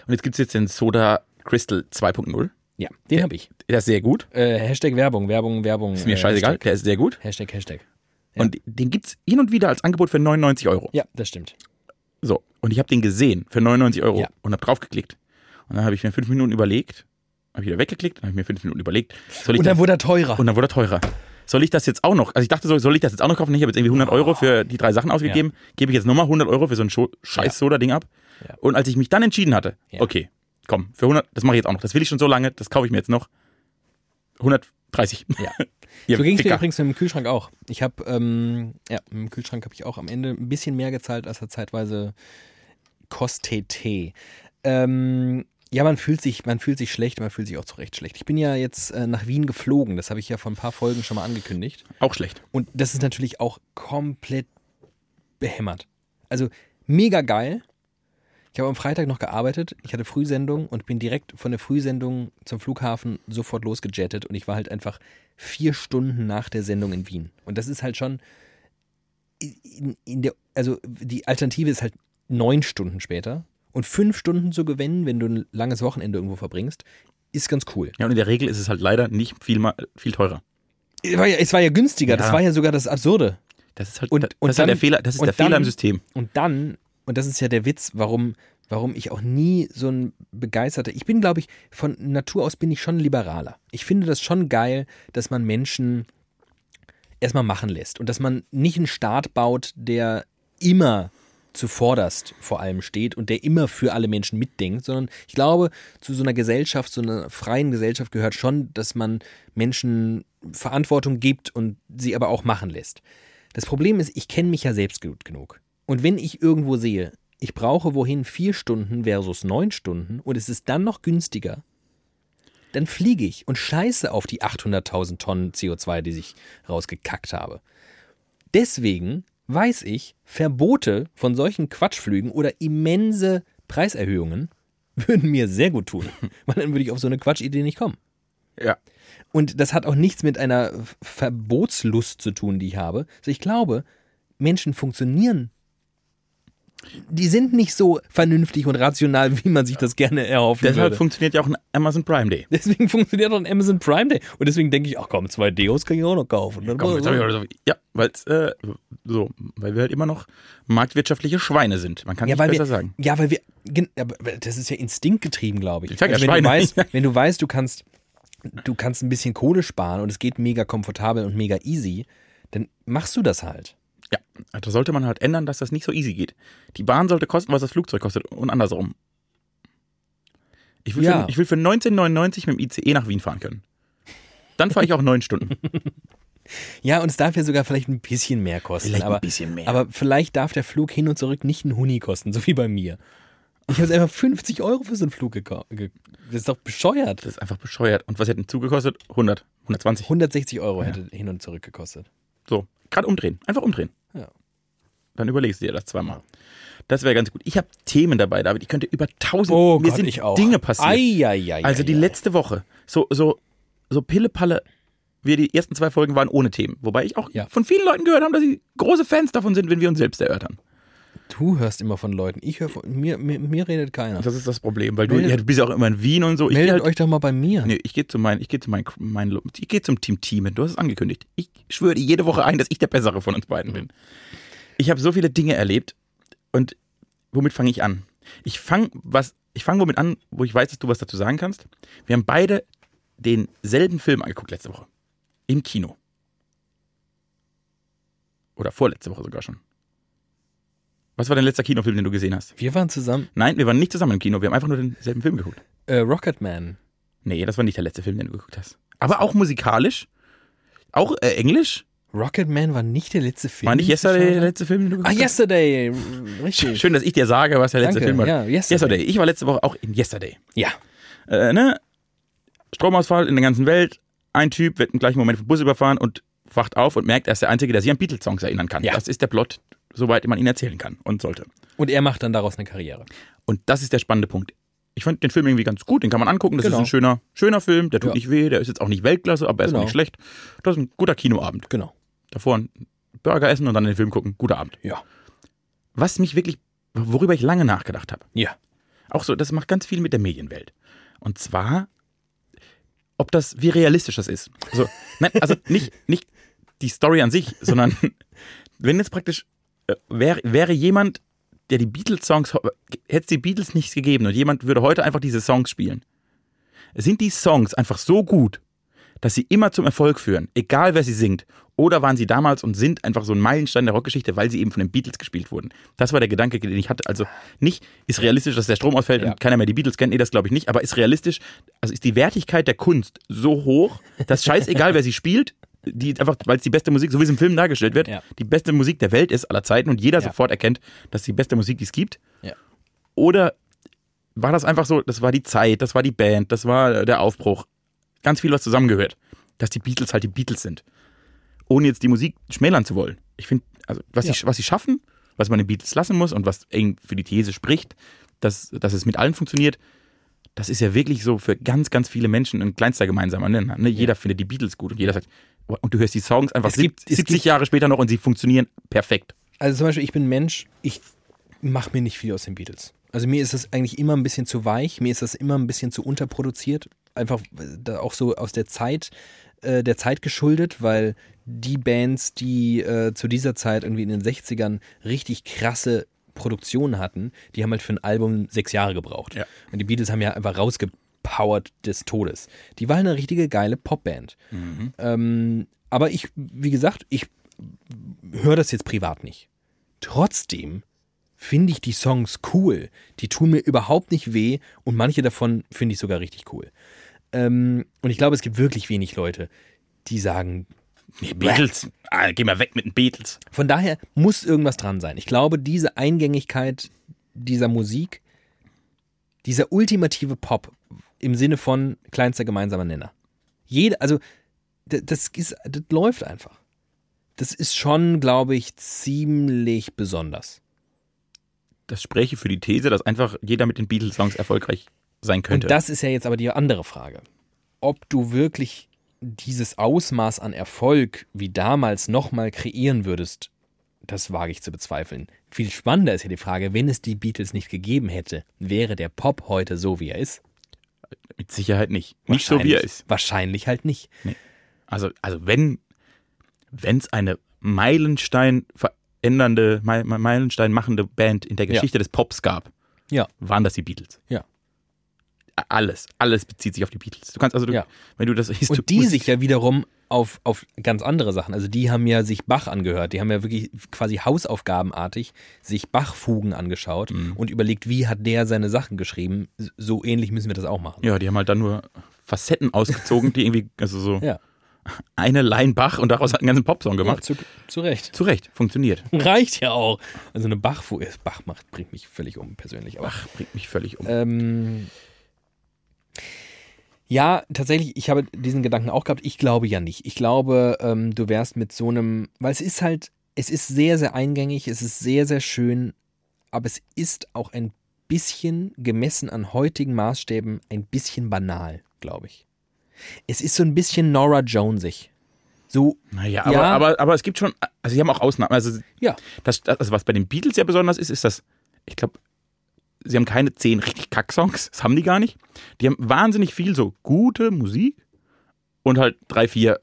Und jetzt gibt es jetzt den Soda Crystal 2.0.
Ja, den habe ich.
Der ist sehr gut.
Äh, Hashtag Werbung, Werbung, Werbung. äh,
Ist mir scheißegal. Der ist sehr gut.
Hashtag, Hashtag.
Und den gibt es hin und wieder als Angebot für 99 Euro.
Ja, das stimmt.
So, und ich habe den gesehen für 99 Euro
Ja.
und habe draufgeklickt. Und dann habe ich mir fünf Minuten überlegt, habe ich wieder weggeklickt, dann habe ich mir fünf Minuten überlegt. Soll ich
Und dann
das,
wurde er teurer.
und dann wurde er teurer. Soll ich das jetzt auch noch? Also ich dachte so, soll ich das jetzt auch noch kaufen? Ich habe jetzt irgendwie
Oh.
100 Euro für die drei Sachen ausgegeben. Gebe ich jetzt nochmal 100 Euro für so ein Scho-
Ja.
scheiß Soda-Ding ab?
Ja.
Und als ich mich dann entschieden hatte,
Ja.
okay, komm, für 100, das mache ich jetzt auch noch. Das will ich schon so lange, das kaufe ich mir jetzt noch. 130.
Ja.
Ihr
so ging es mir
Ficker.
übrigens mit dem Kühlschrank auch. Ich habe, ähm, ja, mit dem Kühlschrank habe ich auch am Ende ein bisschen mehr gezahlt, als er zeitweise kostete. Ähm, ja, man fühlt sich, man fühlt sich schlecht, man fühlt sich auch zu Recht schlecht. Ich bin ja jetzt äh, nach Wien geflogen, das habe ich ja vor ein paar Folgen schon mal angekündigt.
Auch schlecht.
Und das ist natürlich auch komplett behämmert. Also mega geil. Ich habe am Freitag noch gearbeitet. Ich hatte Frühsendung und bin direkt von der Frühsendung zum Flughafen sofort losgejettet. Und ich war halt einfach vier Stunden nach der Sendung in Wien. Und das ist halt schon in, in der, also die Alternative ist halt neun Stunden später. Und fünf Stunden zu gewinnen, wenn du ein langes Wochenende irgendwo verbringst, ist ganz cool.
Ja, und in der Regel ist es halt leider nicht viel, ma- viel teurer.
Es war ja, es war ja günstiger. Das
Ja.
war ja sogar das Absurde.
Das ist halt,
Und-
das
und
ist halt der
dann-
Fehler, das ist
und
der Fehler
dann-
im System.
Und dann, und das ist ja der Witz, warum, warum ich auch nie so ein begeisterter, ich bin, glaube ich, von Natur aus bin ich schon liberaler. Ich finde das schon geil, dass man Menschen erstmal machen lässt und dass man nicht einen Staat baut, der immer zuvorderst vor allem steht und der immer für alle Menschen mitdenkt, sondern ich glaube, zu so einer Gesellschaft, zu einer freien Gesellschaft gehört schon, dass man Menschen Verantwortung gibt und sie aber auch machen lässt. Das Problem ist, ich kenne mich ja selbst gut genug. Und wenn ich irgendwo sehe, ich brauche wohin vier Stunden versus neun Stunden und es ist dann noch günstiger, dann fliege ich und scheiße auf die 800.000 Tonnen CO2, die ich rausgekackt habe. Deswegen weiß ich, Verbote von solchen Quatschflügen oder immense Preiserhöhungen würden mir sehr gut tun, weil dann würde ich auf so eine Quatschidee nicht kommen.
Ja.
Und das hat auch nichts mit einer Verbotslust zu tun, die ich habe. Also ich glaube, Menschen funktionieren die sind nicht so vernünftig und rational, wie man sich das gerne erhofft.
Deshalb
würde.
halt funktioniert ja auch ein Amazon Prime Day.
Deswegen funktioniert auch ein Amazon Prime Day. Und deswegen denke ich, ach komm, zwei Deos kann ich auch noch kaufen.
Komm, jetzt hab
Oh.
ich auch so, ja, weil äh, so, weil wir halt immer noch marktwirtschaftliche Schweine sind. Man kann
ja,
nicht
weil
besser
wir,
sagen.
ja, weil wir, gen- aber das ist ja instinktgetrieben, glaube ich. Also
Ich sag ja,
wenn, du
Schweine.
weißt, wenn du weißt, du kannst, du kannst ein bisschen Kohle sparen und es geht mega komfortabel und mega easy, dann machst du das halt.
Ja, da sollte man halt ändern, dass das nicht so easy geht. Die Bahn sollte kosten, was das Flugzeug kostet und andersrum. Ich will,
Ja.
für, ich will für 1999 mit dem ICE nach Wien fahren können. Dann fahre ich auch neun Stunden.
Ja, und es darf ja sogar vielleicht ein bisschen mehr kosten.
Vielleicht ein
aber,
bisschen mehr.
Aber vielleicht darf der Flug hin und zurück nicht einen Huni kosten, so wie bei mir. Ich habe einfach 50 Euro für so einen Flug gekauft. Das ist doch bescheuert.
Das ist einfach bescheuert. Und was hätten Zug gekostet? 100, 120.
160 Euro hätte hin und zurück gekostet.
So, gerade umdrehen. Einfach umdrehen.
Ja.
Dann überlegst du dir das zweimal. Das wäre ganz gut. Ich habe Themen dabei, David. Ich könnte über tausend
Oh
Mir
Gott,
sind
ich auch.
Dinge passiert.
Eieiei.
Also die letzte Woche, so, so, so Pille-Palle, wir die ersten zwei Folgen waren ohne Themen. Wobei ich auch
Ja.
von vielen Leuten gehört habe, dass sie große Fans davon sind, wenn wir uns selbst erörtern.
Du hörst immer von Leuten. Ich höre von. Mir, mir, mir redet keiner.
Das ist das Problem, weil du,
Meldet-
ja, du bist ja auch immer in Wien und so. Also, Ich
Meldet
geh halt,
euch doch mal bei mir.
Nee, ich gehe zu meinen, ich gehe zu meinen, mein, ich gehe zum Team Teamen. Du hast es angekündigt. Ich schwöre dir jede Woche ein, dass ich der Bessere von uns beiden bin. Ich habe so viele Dinge erlebt und womit fange ich an? Ich fange was, ich fange womit an, wo ich weiß, dass du was dazu sagen kannst. Wir haben beide denselben Film angeguckt letzte Woche im Kino oder vorletzte Woche sogar schon. Was war dein letzter Kinofilm, den du gesehen hast?
Wir waren zusammen.
Nein, wir waren nicht zusammen im Kino. Wir haben einfach nur denselben Film geguckt.
Äh, Rocketman.
Nee, das war nicht der letzte Film, den du geguckt hast. Aber auch musikalisch? Auch äh, Englisch?
Rocketman war nicht der letzte Film.
War nicht
den ich
Yesterday der
geschaut
letzte Film, den du
habe? Ah,
geguckt hast?
Yesterday.
Sch-
Richtig.
Schön, dass ich dir sage, was der letzte
Danke,
Film halt. war.
ja, Yesterday.
Ich war letzte Woche auch in Yesterday.
Ja.
Äh, ne? Stromausfall in der ganzen Welt. Ein Typ wird im gleichen Moment vom Bus überfahren und wacht auf und merkt, er ist der Einzige, der sich an Beatles-Songs erinnern kann.
Ja.
Das ist der Plot, soweit man ihn erzählen kann und sollte.
Und er macht dann daraus eine Karriere.
Und das ist der spannende Punkt. Ich fand den Film irgendwie ganz gut, den kann man angucken. Das
Genau.
ist ein schöner, schöner Film, der tut
Ja.
nicht weh, der ist jetzt auch nicht Weltklasse, aber er ist auch
Genau.
nicht schlecht. Das ist ein guter Kinoabend.
Genau.
davor einen Burger essen und dann den Film gucken. Guter Abend.
Ja.
Was mich wirklich, worüber ich lange nachgedacht habe.
Ja.
Auch so, das macht ganz viel mit der Medienwelt. Und zwar, ob das, wie realistisch das ist. Also, nein, also nicht, nicht die Story an sich, sondern wenn jetzt praktisch äh, wär, wäre jemand, der die Beatles-Songs, ho- hätte es die Beatles nichts gegeben und jemand würde heute einfach diese Songs spielen. Sind die Songs einfach so gut, dass sie immer zum Erfolg führen, egal wer sie singt? Oder waren sie damals und sind einfach so ein Meilenstein der Rockgeschichte, weil sie eben von den Beatles gespielt wurden? Das war der Gedanke, den ich hatte. Also nicht, ist realistisch, dass der Strom ausfällt
Ja.
und keiner mehr die Beatles kennt. Nee, das glaube ich nicht. Aber ist realistisch, also ist die Wertigkeit der Kunst so hoch, dass scheißegal wer sie spielt, die einfach, weil es die beste Musik, so wie es im Film dargestellt wird,
Ja.
die beste Musik der Welt ist aller Zeiten und jeder
Ja.
sofort erkennt, dass die beste Musik, die es gibt.
Ja.
Oder war das einfach so, das war die Zeit, das war die Band, das war der Aufbruch. Ganz viel, was zusammengehört. Dass die Beatles halt die Beatles sind. Ohne jetzt die Musik schmälern zu wollen. Ich finde, also was,
Ja.
sie, was sie schaffen, was man den Beatles lassen muss und was eng für die These spricht, dass, dass es mit allen funktioniert, das ist ja wirklich so für ganz, ganz viele Menschen ein kleinster gemeinsamer Nenner. Ne? Jeder findet die Beatles gut und jeder sagt, "Wow", und du hörst die Songs einfach
Es gibt-
sieb-
es
70 Jahre später noch und sie funktionieren perfekt.
Also zum Beispiel, ich bin Mensch, ich mache mir nicht viel aus den Beatles. Also mir ist das eigentlich immer ein bisschen zu weich, mir ist das immer ein bisschen zu unterproduziert. Einfach äh, da auch so aus der Zeit, äh, der Zeit geschuldet, weil die Bands, die äh, zu dieser Zeit irgendwie in den 60ern richtig krasse Produktionen hatten, die haben halt für ein Album sechs Jahre gebraucht.
Ja.
Und die Beatles haben ja einfach rausgepowert des Todes. Die waren eine richtige geile Popband. Ähm, aber ich, wie gesagt, ich höre das jetzt privat nicht. Trotzdem finde ich die Songs cool. Die tun mir überhaupt nicht weh und manche davon finde ich sogar richtig cool. Ähm, und ich glaube, es gibt wirklich wenig Leute, die sagen,
Nee, Beatles, ah, geh mal weg mit den Beatles.
von daher muss irgendwas dran sein. Ich glaube, diese Eingängigkeit dieser Musik, dieser ultimative Pop im Sinne von kleinster gemeinsamer Nenner. Jede, also d- das, ist, das läuft einfach. Das ist schon, glaube ich, ziemlich besonders.
Das spräche für die These, dass einfach jeder mit den Beatles-Songs erfolgreich sein könnte.
Und das ist ja jetzt aber die andere Frage. Ob du wirklich dieses Ausmaß an Erfolg wie damals nochmal kreieren würdest, das wage ich zu bezweifeln. Viel spannender ist ja die Frage, wenn es die Beatles nicht gegeben hätte, wäre der Pop heute so, wie er ist?
Mit Sicherheit nicht. Nicht so, wie er ist.
Wahrscheinlich halt nicht.
Also, also wenn es eine Meilenstein verändernde, Mei- Mei- Meilenstein machende Band in der
Ja.
Geschichte des Pops gab,
Ja.
waren das die Beatles.
Ja.
Alles, alles bezieht sich auf die Beatles. Du kannst also, du,
Ja.
wenn du das Histo-
Und die sich ja wiederum auf, auf ganz andere Sachen, also die haben ja sich Bach angehört, die haben ja wirklich quasi hausaufgabenartig sich Bachfugen angeschaut
Mhm.
und überlegt, wie hat der seine Sachen geschrieben. So ähnlich müssen wir das auch machen.
Ja, die haben halt dann nur Facetten ausgezogen, die irgendwie, also so
Ja.
eine Line Bach und daraus hat einen ganzen Popsong gemacht.
zu, zu Recht.
Zu Recht, funktioniert.
Reicht ja auch. Also eine Bachfuge, Bach macht, bringt mich völlig um persönlich. Aber
Bach bringt mich völlig um.
Ähm, ja, tatsächlich, ich habe diesen Gedanken auch gehabt. Ich glaube ja nicht. Ich glaube, ähm, du wärst mit so einem, weil es ist halt, es ist sehr, sehr eingängig, es ist sehr, sehr schön, aber es ist auch ein bisschen, gemessen an heutigen Maßstäben, ein bisschen banal, glaube ich. Es ist so ein bisschen Nora Jonesig. So,
Naja,
Ja.
aber, aber, aber es gibt schon, also sie haben auch Ausnahmen. Also,
Ja.
das, das, also was bei den Beatles ja besonders ist, ist das, ich glaube, sie haben keine zehn richtig Kack-Songs, das haben die gar nicht. Die haben wahnsinnig viel so gute Musik und halt drei, vier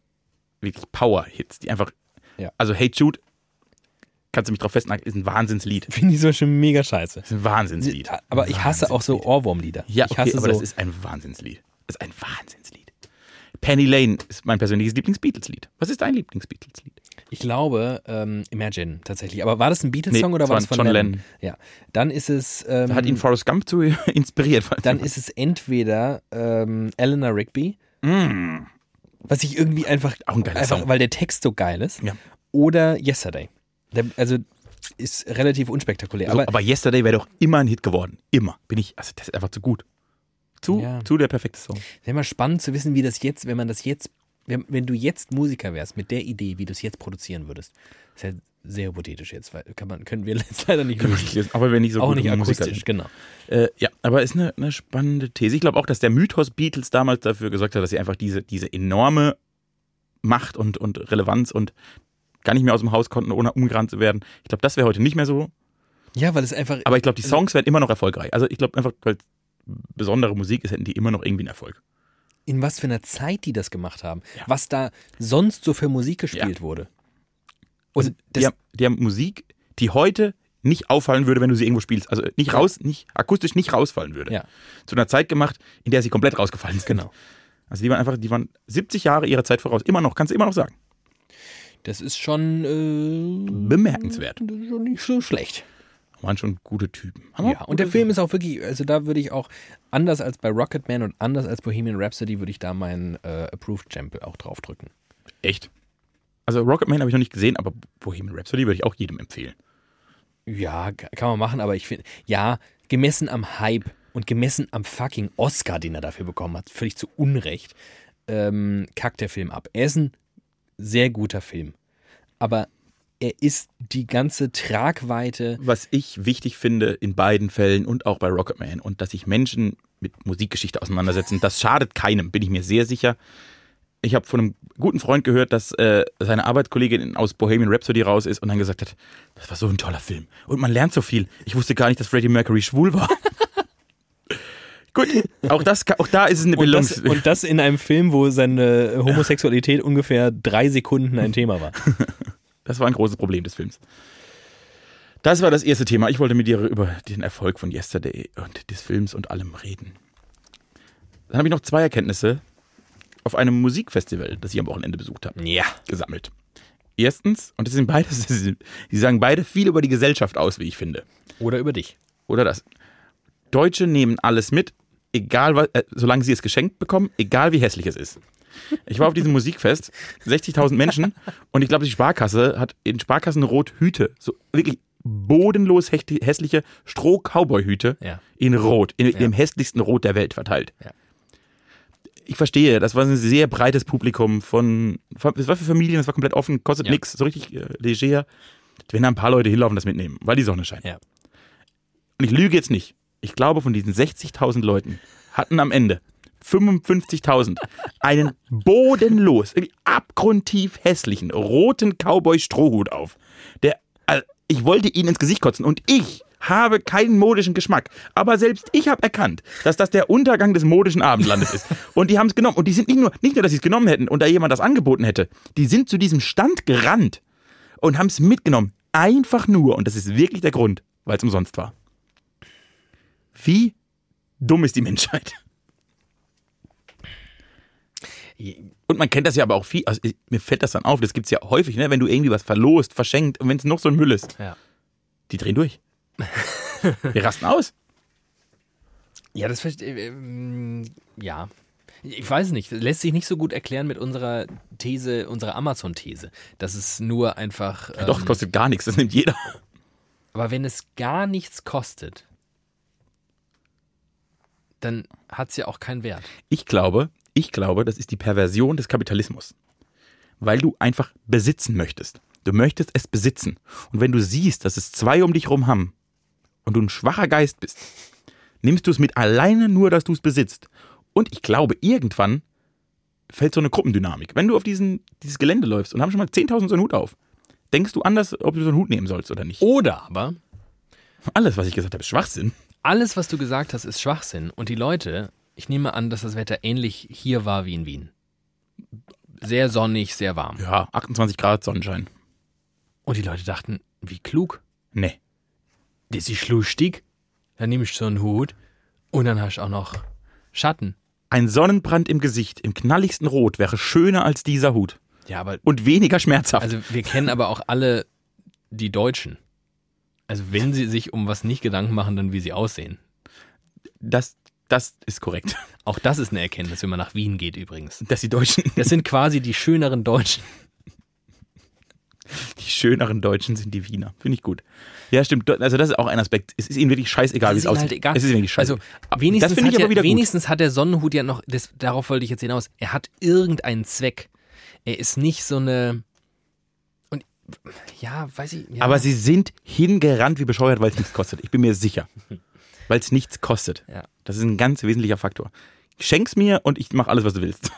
wirklich Power-Hits, die einfach,
Ja.
also Hey Jude, kannst du mich drauf festnageln, ist ein Wahnsinnslied.
finde ich so schon mega scheiße.
Ist ein Wahnsinnslied.
Aber ich hasse auch so Ohrwurmlieder.
Ja,
ich
okay,
hasse
aber das ist ein Wahnsinnslied. Das ist ein Wahnsinnslied. Penny Lane ist mein persönliches Lieblings-Beatles-Lied. Was ist dein Lieblings-Beatles-Lied?
Ich glaube, ähm, Imagine tatsächlich. Aber war das ein Beatles-Song
Nee,
oder
es
war
war
das von
John
Lennon?
Lennon.
Ja. Dann ist es. Ähm,
Da hat ihn Forrest Gump zu inspiriert.
dann ist es entweder ähm, Eleanor Rigby,
Mm.
was ich irgendwie einfach,
Auch ein geiler
einfach
Song.
weil der Text so geil ist,
Ja.
oder Yesterday. Der, also ist relativ unspektakulär.
So,
aber
aber, Yesterday wäre doch immer ein Hit geworden. Immer. Bin ich, also das ist einfach zu gut. Zu,
Ja.
zu der perfekte Song.
wäre mal spannend zu wissen, wie das jetzt, wenn man das jetzt, wenn, wenn du jetzt Musiker wärst mit der Idee, wie du es jetzt produzieren würdest. Das ist ja sehr hypothetisch jetzt, weil kann man, können wir jetzt leider nicht lösen.
Aber wenn nicht so
Auch
gute
nicht
Musiker
akustisch, genau.
Äh, ja, aber ist eine, eine spannende These. Ich glaube auch, dass der Mythos Beatles damals dafür gesorgt hat, dass sie einfach diese, diese enorme Macht und, und Relevanz und gar nicht mehr aus dem Haus konnten, ohne umgerannt zu werden. Ich glaube, das wäre heute nicht mehr so.
Ja, weil es einfach
Aber ich glaube, die Songs wären immer noch erfolgreich. Also ich glaube einfach, weil es besondere Musik ist, hätten die immer noch irgendwie einen Erfolg.
in was für einer Zeit die das gemacht haben, was da sonst so für Musik gespielt wurde. Und das,
die, haben, die haben Musik, die heute nicht auffallen würde, wenn du sie irgendwo spielst. Also nicht raus, nicht akustisch nicht rausfallen würde.
Ja.
Zu einer Zeit gemacht, in der sie komplett rausgefallen sind.
genau,
Also die waren einfach, die waren 70 Jahre ihrer Zeit voraus. Immer noch, kannst du immer noch sagen.
das ist schon, äh,
Bemerkenswert.
das ist schon nicht so schlecht.
Waren schon gute Typen. Haben
Ja,
auch
und der
gute-
Film ist auch wirklich, also da würde ich auch, anders als bei Rocketman und anders als Bohemian Rhapsody, würde ich da meinen äh, Approved Stempel auch draufdrücken.
Echt. Also Rocketman habe ich noch nicht gesehen, aber Bohemian Rhapsody würde ich auch jedem empfehlen.
Ja, ka- kann man machen, aber ich finde, ja, gemessen am Hype und gemessen am fucking Oscar, den er dafür bekommen hat, völlig zu Unrecht, ähm, kackt der Film ab. Er ist ein sehr guter Film, aber er ist die ganze Tragweite.
Was ich wichtig finde in beiden Fällen und auch bei Rocketman und dass sich Menschen mit Musikgeschichte auseinandersetzen, das schadet keinem, bin ich mir sehr sicher. Ich habe von einem guten Freund gehört, dass äh, seine Arbeitskollegin aus Bohemian Rhapsody raus ist und dann gesagt hat, das war so ein toller Film und man lernt so viel. Ich wusste gar nicht, dass Freddie Mercury schwul war. Gut, auch, das, auch da ist es eine
Und
Bildung.
das, und das in einem Film, wo seine Homosexualität ungefähr drei Sekunden ein Thema war.
Das war ein großes Problem des Films. Das war das erste Thema. Ich wollte mit dir über den Erfolg von Yesterday und des Films und allem reden. Dann habe ich noch zwei Erkenntnisse auf einem Musikfestival, das ich am Wochenende besucht habe,
Ja.
gesammelt. Erstens, und das sind beides, die sagen beide viel über die Gesellschaft aus, wie ich finde.
Oder über dich.
Oder das. Deutsche nehmen alles mit, egal was, äh, solange sie es geschenkt bekommen, egal wie hässlich es ist. Ich war auf diesem Musikfest, 60.000 Menschen und ich glaube, die Sparkasse hat in Sparkassen rot Hüte, so wirklich bodenlos hecht- hässliche Stroh-Cowboy-Hüte
Ja.
in rot, in dem hässlichsten Rot der Welt verteilt.
Ja.
Ich verstehe, das war ein sehr breites Publikum von, es war für Familien, das war komplett offen, kostet
Ja.
nix, so richtig äh, leger. Wenn da ein paar Leute hinlaufen, das mitnehmen, weil die Sonne scheint.
Ja.
Und ich lüge jetzt nicht. Ich glaube, von diesen 60.000 Leuten hatten am Ende 55.000 einen bodenlos, irgendwie abgrundtief hässlichen roten Cowboy-Strohhut auf, der Also, ich wollte ihn ins Gesicht kotzen und ich habe keinen modischen Geschmack. Aber selbst ich habe erkannt, dass das der Untergang des modischen Abendlandes ist. Und die haben es genommen. Und die sind nicht nur, nicht nur, dass sie es genommen hätten und da jemand das angeboten hätte. Die sind zu diesem Stand gerannt und haben es mitgenommen. Einfach nur. Und das ist wirklich der Grund, weil es umsonst war. Wie dumm ist die Menschheit? Und man kennt das ja aber auch viel, also ich- mir fällt das dann auf, das gibt es ja häufig, ne? wenn du irgendwie was verlost, verschenkt und wenn es noch so ein Müll ist,
Ja.
die drehen durch. Wir rasten aus.
Ja, das verstehe äh, ähm, Ja. Ich weiß nicht, das lässt sich nicht so gut erklären mit unserer These, unserer Amazon-These. Das ist nur einfach. Ähm,
Doch, kostet gar nichts, das nimmt jeder.
Aber wenn es gar nichts kostet, dann hat es ja auch keinen Wert.
Ich glaube, ich glaube, das ist die Perversion des Kapitalismus. Weil du einfach besitzen möchtest. Du möchtest es besitzen. Und wenn du siehst, dass es zwei um dich rum haben und du ein schwacher Geist bist, nimmst du es mit alleine nur, dass du es besitzt. Und ich glaube, irgendwann fällt so eine Gruppendynamik. Wenn du auf diesen, dieses Gelände läufst und haben schon mal 10.000 so einen Hut auf, denkst du anders, ob du so einen Hut nehmen sollst oder nicht.
Oder aber,
Alles, was ich gesagt habe, ist Schwachsinn.
alles, was du gesagt hast, ist Schwachsinn. Und die Leute, ich nehme an, dass das Wetter ähnlich hier war wie in Wien. Sehr sonnig, sehr warm.
Ja, 28 Grad Sonnenschein.
Und die Leute dachten, wie klug.
Nee.
Das ist lustig. Dann nehme ich so einen Hut und dann hast du auch noch Schatten.
Ein Sonnenbrand im Gesicht, im knalligsten Rot, wäre schöner als dieser Hut.
Ja, aber
Und weniger schmerzhaft.
also wir kennen aber auch alle die Deutschen. Also wenn sie sich um was nicht Gedanken machen, dann wie sie aussehen.
das, das ist korrekt.
Auch das ist eine Erkenntnis, wenn man nach Wien geht übrigens.
Dass die Deutschen,
Das sind quasi die schöneren Deutschen.
die schöneren Deutschen sind die Wiener. Finde ich gut. Ja, stimmt. Also das ist auch ein Aspekt. Es ist ihnen wirklich scheißegal, wie es
Das ist ihnen
aussieht.
halt egal.
Es ist ihnen wirklich scheiße.
Also wenigstens,
das finde
hat,
ich aber
ja,
wieder gut.
wenigstens hat der Sonnenhut ja noch, das, darauf wollte ich jetzt hinaus, er hat irgendeinen Zweck. Er ist nicht so eine, und ja, weiß ich. Ja.
Aber sie sind hingerannt wie bescheuert, weil es nichts kostet. Ich bin mir sicher. Weil es nichts kostet.
Ja.
Das ist ein ganz wesentlicher Faktor. Schenk's mir und ich mache alles, was du willst.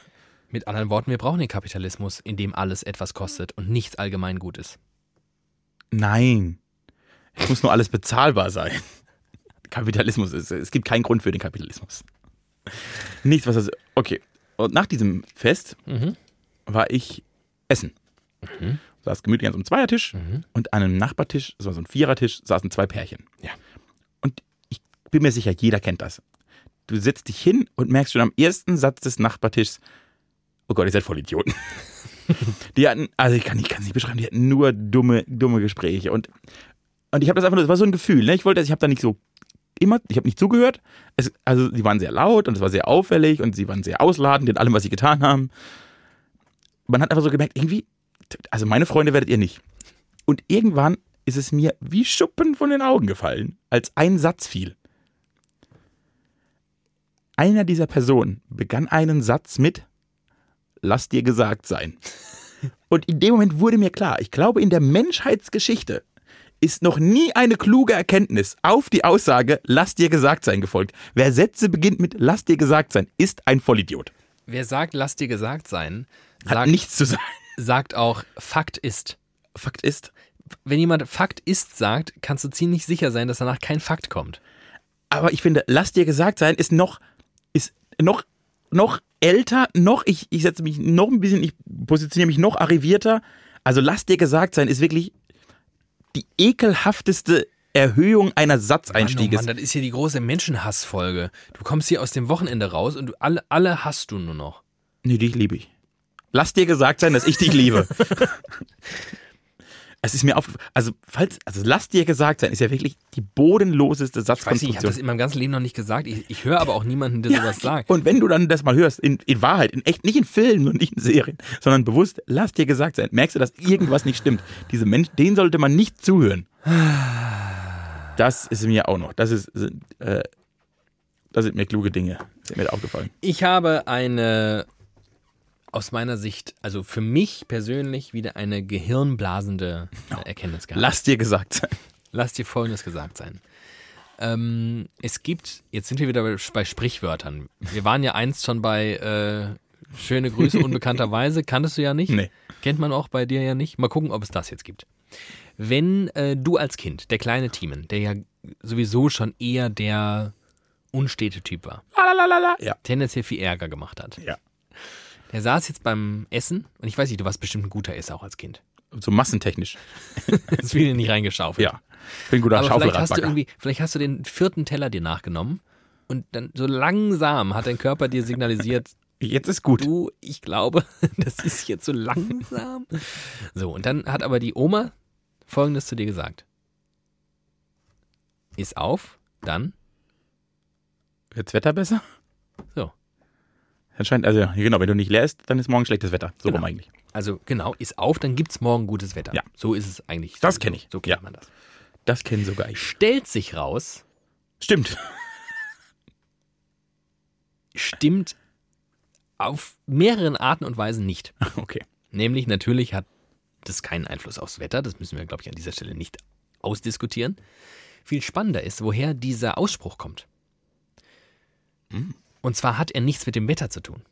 Mit anderen Worten, wir brauchen den Kapitalismus, in dem alles etwas kostet und nichts allgemein gut ist.
Nein. Es muss nur alles bezahlbar sein. Kapitalismus ist, es gibt keinen Grund für den Kapitalismus. Nichts, was das, okay. Und nach diesem Fest war ich essen. Saß gemütlich an so einem Zweiertisch
Mhm.
und an einem Nachbartisch, das war so ein Vierertisch, saßen zwei Pärchen.
Ja.
Und ich bin mir sicher, jeder kennt das. Du setzt dich hin und merkst schon am ersten Satz des Nachbartischs, oh Gott, ihr seid voll Idioten. Die hatten, also ich kann es nicht, kann's nicht beschreiben, die hatten nur dumme, dumme Gespräche. Und, und ich habe das einfach nur, das war so ein Gefühl, ne? Ich wollte, ich habe da nicht so immer, ich habe nicht zugehört. Es, also die waren sehr laut und es war sehr auffällig und sie waren sehr ausladend in allem, was sie getan haben. Man hat einfach so gemerkt, irgendwie, also meine Freunde werdet ihr nicht. Und irgendwann ist es mir wie Schuppen von den Augen gefallen, als ein Satz fiel. Einer dieser Personen begann einen Satz mit Lass dir gesagt sein. Und in dem Moment wurde mir klar, ich glaube, in der Menschheitsgeschichte ist noch nie eine kluge Erkenntnis auf die Aussage Lass dir gesagt sein gefolgt. Wer Sätze beginnt mit Lass dir gesagt sein, ist ein Vollidiot.
Wer sagt, lass dir gesagt sein,
Hat
sagt,
nichts zu sagen.
sagt auch Fakt ist.
Fakt ist,
Wenn jemand Fakt ist sagt, kannst du ziemlich sicher sein, dass danach kein Fakt kommt.
aber ich finde, lass dir gesagt sein, ist noch, ist noch, noch älter, noch, ich, ich setze mich noch ein bisschen, ich positioniere mich noch arrivierter. Also lass dir gesagt sein, ist wirklich die ekelhafteste Erhöhung einer Satzeinstieges.
Mann, das ist hier die große Menschenhassfolge. Du kommst hier aus dem Wochenende raus und du, alle, alle hast du nur noch.
Nee, dich liebe ich. Lass dir gesagt sein, dass ich dich liebe. es ist mir auf, also falls, also lass dir gesagt sein, ist ja wirklich die bodenloseste
Ich weiß nicht, ich habe
Satzkonstruktion.
das in meinem ganzen Leben noch nicht gesagt. Ich, ich höre aber auch niemanden, der sowas sagt.
Und wenn du dann das mal hörst, in, in Wahrheit, in echt, nicht in Filmen und nicht in Serien, sondern bewusst, lass dir gesagt sein, merkst du, dass irgendwas nicht stimmt. Diese Menschen, denen sollte man nicht zuhören. Das ist mir auch noch. Das ist, sind, äh, das sind mir kluge Dinge. Sind mir aufgefallen.
Ich habe eine, aus meiner Sicht, also für mich persönlich, wieder eine gehirnblasende äh, Erkenntnis gehabt.
Lass dir gesagt sein.
Lass dir Folgendes gesagt sein. Ähm, es gibt, jetzt sind wir wieder bei- bei Sprichwörtern. Wir waren ja einst schon bei äh, schöne Grüße unbekannterweise, kanntest du ja nicht.
Nee.
Kennt man auch bei dir ja nicht. Mal gucken, ob es das jetzt gibt. Wenn äh, du als Kind, der kleine Thiemen, der ja sowieso schon eher der unstete Typ war,
Lalalala. Ja.
tendenziell viel Ärger gemacht hat,
Ja.
der saß jetzt beim Essen und ich weiß nicht, du warst bestimmt ein guter Esser auch als Kind.
So massentechnisch.
Das will dir nicht reingeschaufelt.
Ja. Ich bin ein guter
Aber vielleicht hast, du
Schaufelradbagger.
irgendwie, vielleicht hast du den vierten Teller dir nachgenommen und dann so langsam hat dein Körper dir signalisiert,
Jetzt ist gut.
du, ich glaube, das ist jetzt so langsam. So, und dann hat aber die Oma Folgendes zu dir gesagt. Ist auf, dann,
Wird's Wetter besser?
So.
Anscheinend, also ja, genau, wenn du nicht leer isst, dann ist morgen schlechtes Wetter. So
Genau.
rum eigentlich.
also genau, ist auf, dann gibt's morgen gutes Wetter.
Ja.
So ist es eigentlich.
Das kenn ich.
So kennt
Ja.
man das.
Das kennen sogar ich.
Stellt sich raus,
Stimmt.
stimmt auf mehreren Arten und Weisen nicht.
Okay.
Nämlich natürlich hat das keinen Einfluss aufs Wetter, das müssen wir, glaube ich, an dieser Stelle nicht ausdiskutieren. Viel spannender ist, woher dieser Ausspruch kommt. Und zwar hat er nichts mit dem Wetter zu tun.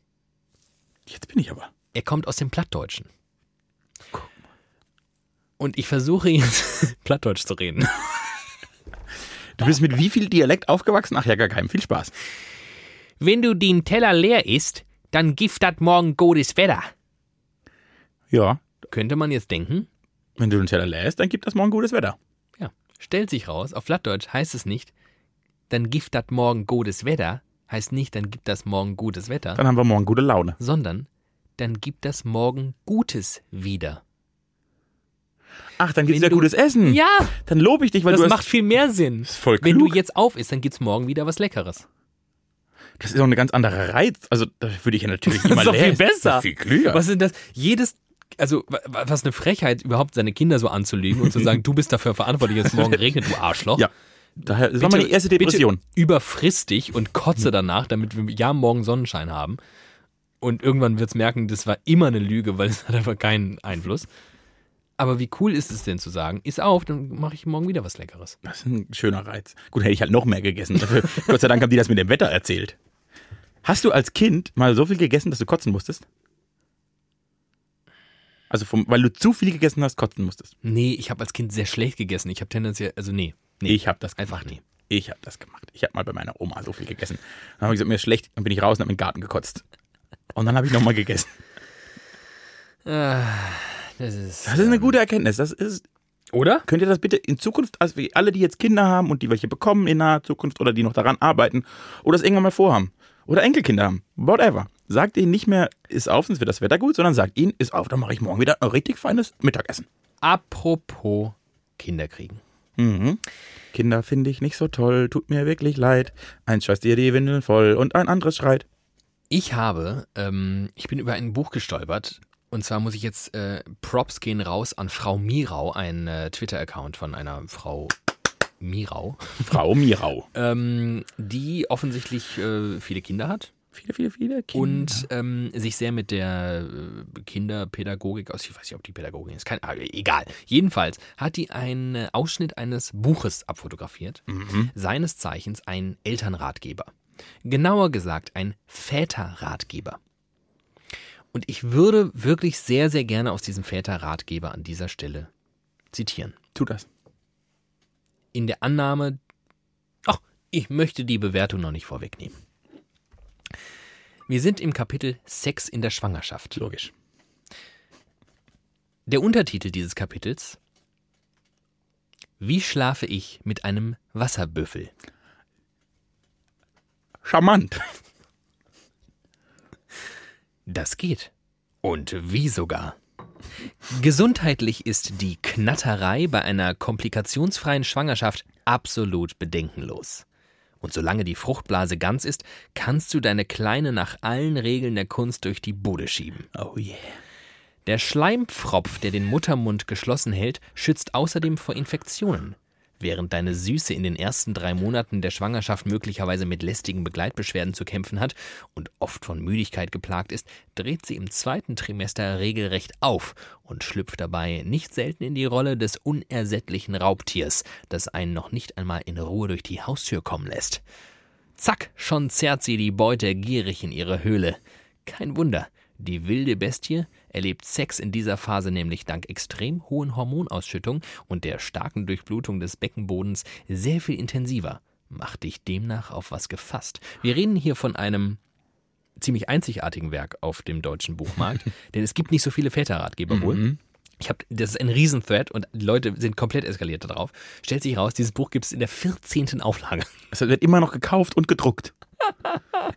Jetzt bin ich aber.
Er kommt aus dem Plattdeutschen. Und ich versuche jetzt Plattdeutsch zu reden.
Du bist mit wie viel Dialekt aufgewachsen? Ach ja, gar keinem. Viel Spaß.
Wenn du den Teller leer isst, dann gibt das morgen gutes Wetter.
Ja.
Könnte man jetzt denken,
Wenn du den Teller leer isst, dann gibt das morgen gutes Wetter.
Ja, stellt sich raus, auf Plattdeutsch heißt es nicht, dann gibt das morgen gutes Wetter, heißt nicht, dann gibt das morgen gutes Wetter,
Dann haben wir morgen gute Laune.
sondern dann gibt das morgen Gutes wieder.
Ach, dann gibt's
Wenn
wieder
du-
gutes Essen.
Ja,
Dann lobe ich dich, Hm. weil du
das
hast,
macht viel mehr Sinn.
ist voll
Wenn
klug.
du jetzt auf isst, dann gibt's morgen wieder was Leckeres.
das ist auch eine ganz andere Reiz. Also, da würde ich ja natürlich
Das
immer
ist doch
leer
viel
essen. Das
besser.
Ist viel klüger.
Was sind das? Jedes, also wa- wa- was eine Frechheit, überhaupt seine Kinder so anzulügen und zu sagen, du bist dafür verantwortlich, dass es morgen regnet, du Arschloch.
Ja. Daher, das war meine erste Depression.
Bitte überfriss dich und kotze danach, damit wir ja morgen Sonnenschein haben. Und irgendwann wird es merken, das war immer eine Lüge, weil es hat einfach keinen Einfluss. Aber wie cool ist es denn zu sagen, ist auf, dann mache ich morgen wieder was Leckeres.
Das ist ein schöner Reiz. Gut, hätte ich halt noch mehr gegessen. Dafür, Gott sei Dank haben die das mit dem Wetter erzählt. Hast du als Kind mal so viel gegessen, dass du kotzen musstest? Also, vom, weil du zu viel gegessen hast, kotzen musstest.
Nee, ich habe als Kind sehr schlecht gegessen. Ich habe tendenziell, also nee, nee,
Ich habe das
einfach nee.
Ich habe das gemacht. Ich habe mal bei meiner Oma so viel gegessen. Dann habe ich gesagt, mir ist schlecht. Dann bin ich raus und habe in den Garten gekotzt. Und dann habe ich nochmal gegessen.
Ah, Das ist,
Das ist eine gute Erkenndnis. Das ist,
oder?
könnt ihr das bitte in Zukunft, also wie alle, die jetzt Kinder haben und die welche bekommen in naher Zukunft oder die noch daran arbeiten oder es irgendwann mal vorhaben oder Enkelkinder haben, whatever. Sagt ihnen nicht mehr, ist auf, sonst wird das Wetter gut, sondern sagt ihnen, ist auf, dann mache ich morgen wieder ein richtig feines Mittagessen.
Apropos Kinderkriegen.
Mhm. Kinder finde ich nicht so toll, tut mir wirklich leid. Eins scheißt ihr die Windeln voll und ein anderes schreit.
Ich habe, ähm, ich bin über ein Buch gestolpert. Und zwar muss ich jetzt, äh, Props gehen raus an Frau Mirau, ein äh, Twitter-Account von einer Frau Mirau,
Frau Mirau.
ähm, die offensichtlich äh, viele Kinder hat
Viele, viele, viele Kinder.
und ähm, sich sehr mit der äh, Kinderpädagogik aus, ich weiß nicht, ob die Pädagogin ist, kein, ah, egal. Jedenfalls hat die einen äh, Ausschnitt eines Buches abfotografiert,
Mhm.
seines Zeichens ein Elternratgeber. Genauer gesagt ein Väterratgeber. Und ich würde wirklich sehr, sehr gerne aus diesem Väterratgeber an dieser Stelle zitieren.
Tu das.
in der Annahme, ach, ich möchte die Bewertung noch nicht vorwegnehmen. Wir sind im Kapitel Sex in der Schwangerschaft.
Logisch.
Der Untertitel dieses Kapitels Wie schlafe ich mit einem Wasserbüffel?
Charmant.
Das geht. Und wie sogar. Gesundheitlich ist die Knatterei bei einer komplikationsfreien Schwangerschaft absolut bedenkenlos. Und solange die Fruchtblase ganz ist, kannst du deine Kleine nach allen Regeln der Kunst durch die Bude schieben.
Oh yeah.
Der Schleimpfropf, der den Muttermund geschlossen hält, schützt außerdem vor Infektionen. Während deine Süße in den ersten drei Monaten der Schwangerschaft möglicherweise mit lästigen Begleitbeschwerden zu kämpfen hat und oft von Müdigkeit geplagt ist, dreht sie im zweiten Trimester regelrecht auf und schlüpft dabei nicht selten in die Rolle des unersättlichen Raubtiers, das einen noch nicht einmal in Ruhe durch die Haustür kommen lässt. Zack, schon zerrt sie die Beute gierig in ihre Höhle. Kein Wunder, die wilde Bestie erlebt Sex in dieser Phase nämlich dank extrem hohen Hormonausschüttung und der starken Durchblutung des Beckenbodens sehr viel intensiver. Mach dich demnach auf was gefasst. Wir reden hier von einem ziemlich einzigartigen Werk auf dem deutschen Buchmarkt, denn es gibt nicht so viele Väterratgeber wohl.
Mhm.
Ich hab, das ist ein Riesenthread und die Leute sind komplett eskaliert darauf. Stellt sich raus, dieses Buch gibt es in der 14. Auflage.
Es wird immer noch gekauft und gedruckt.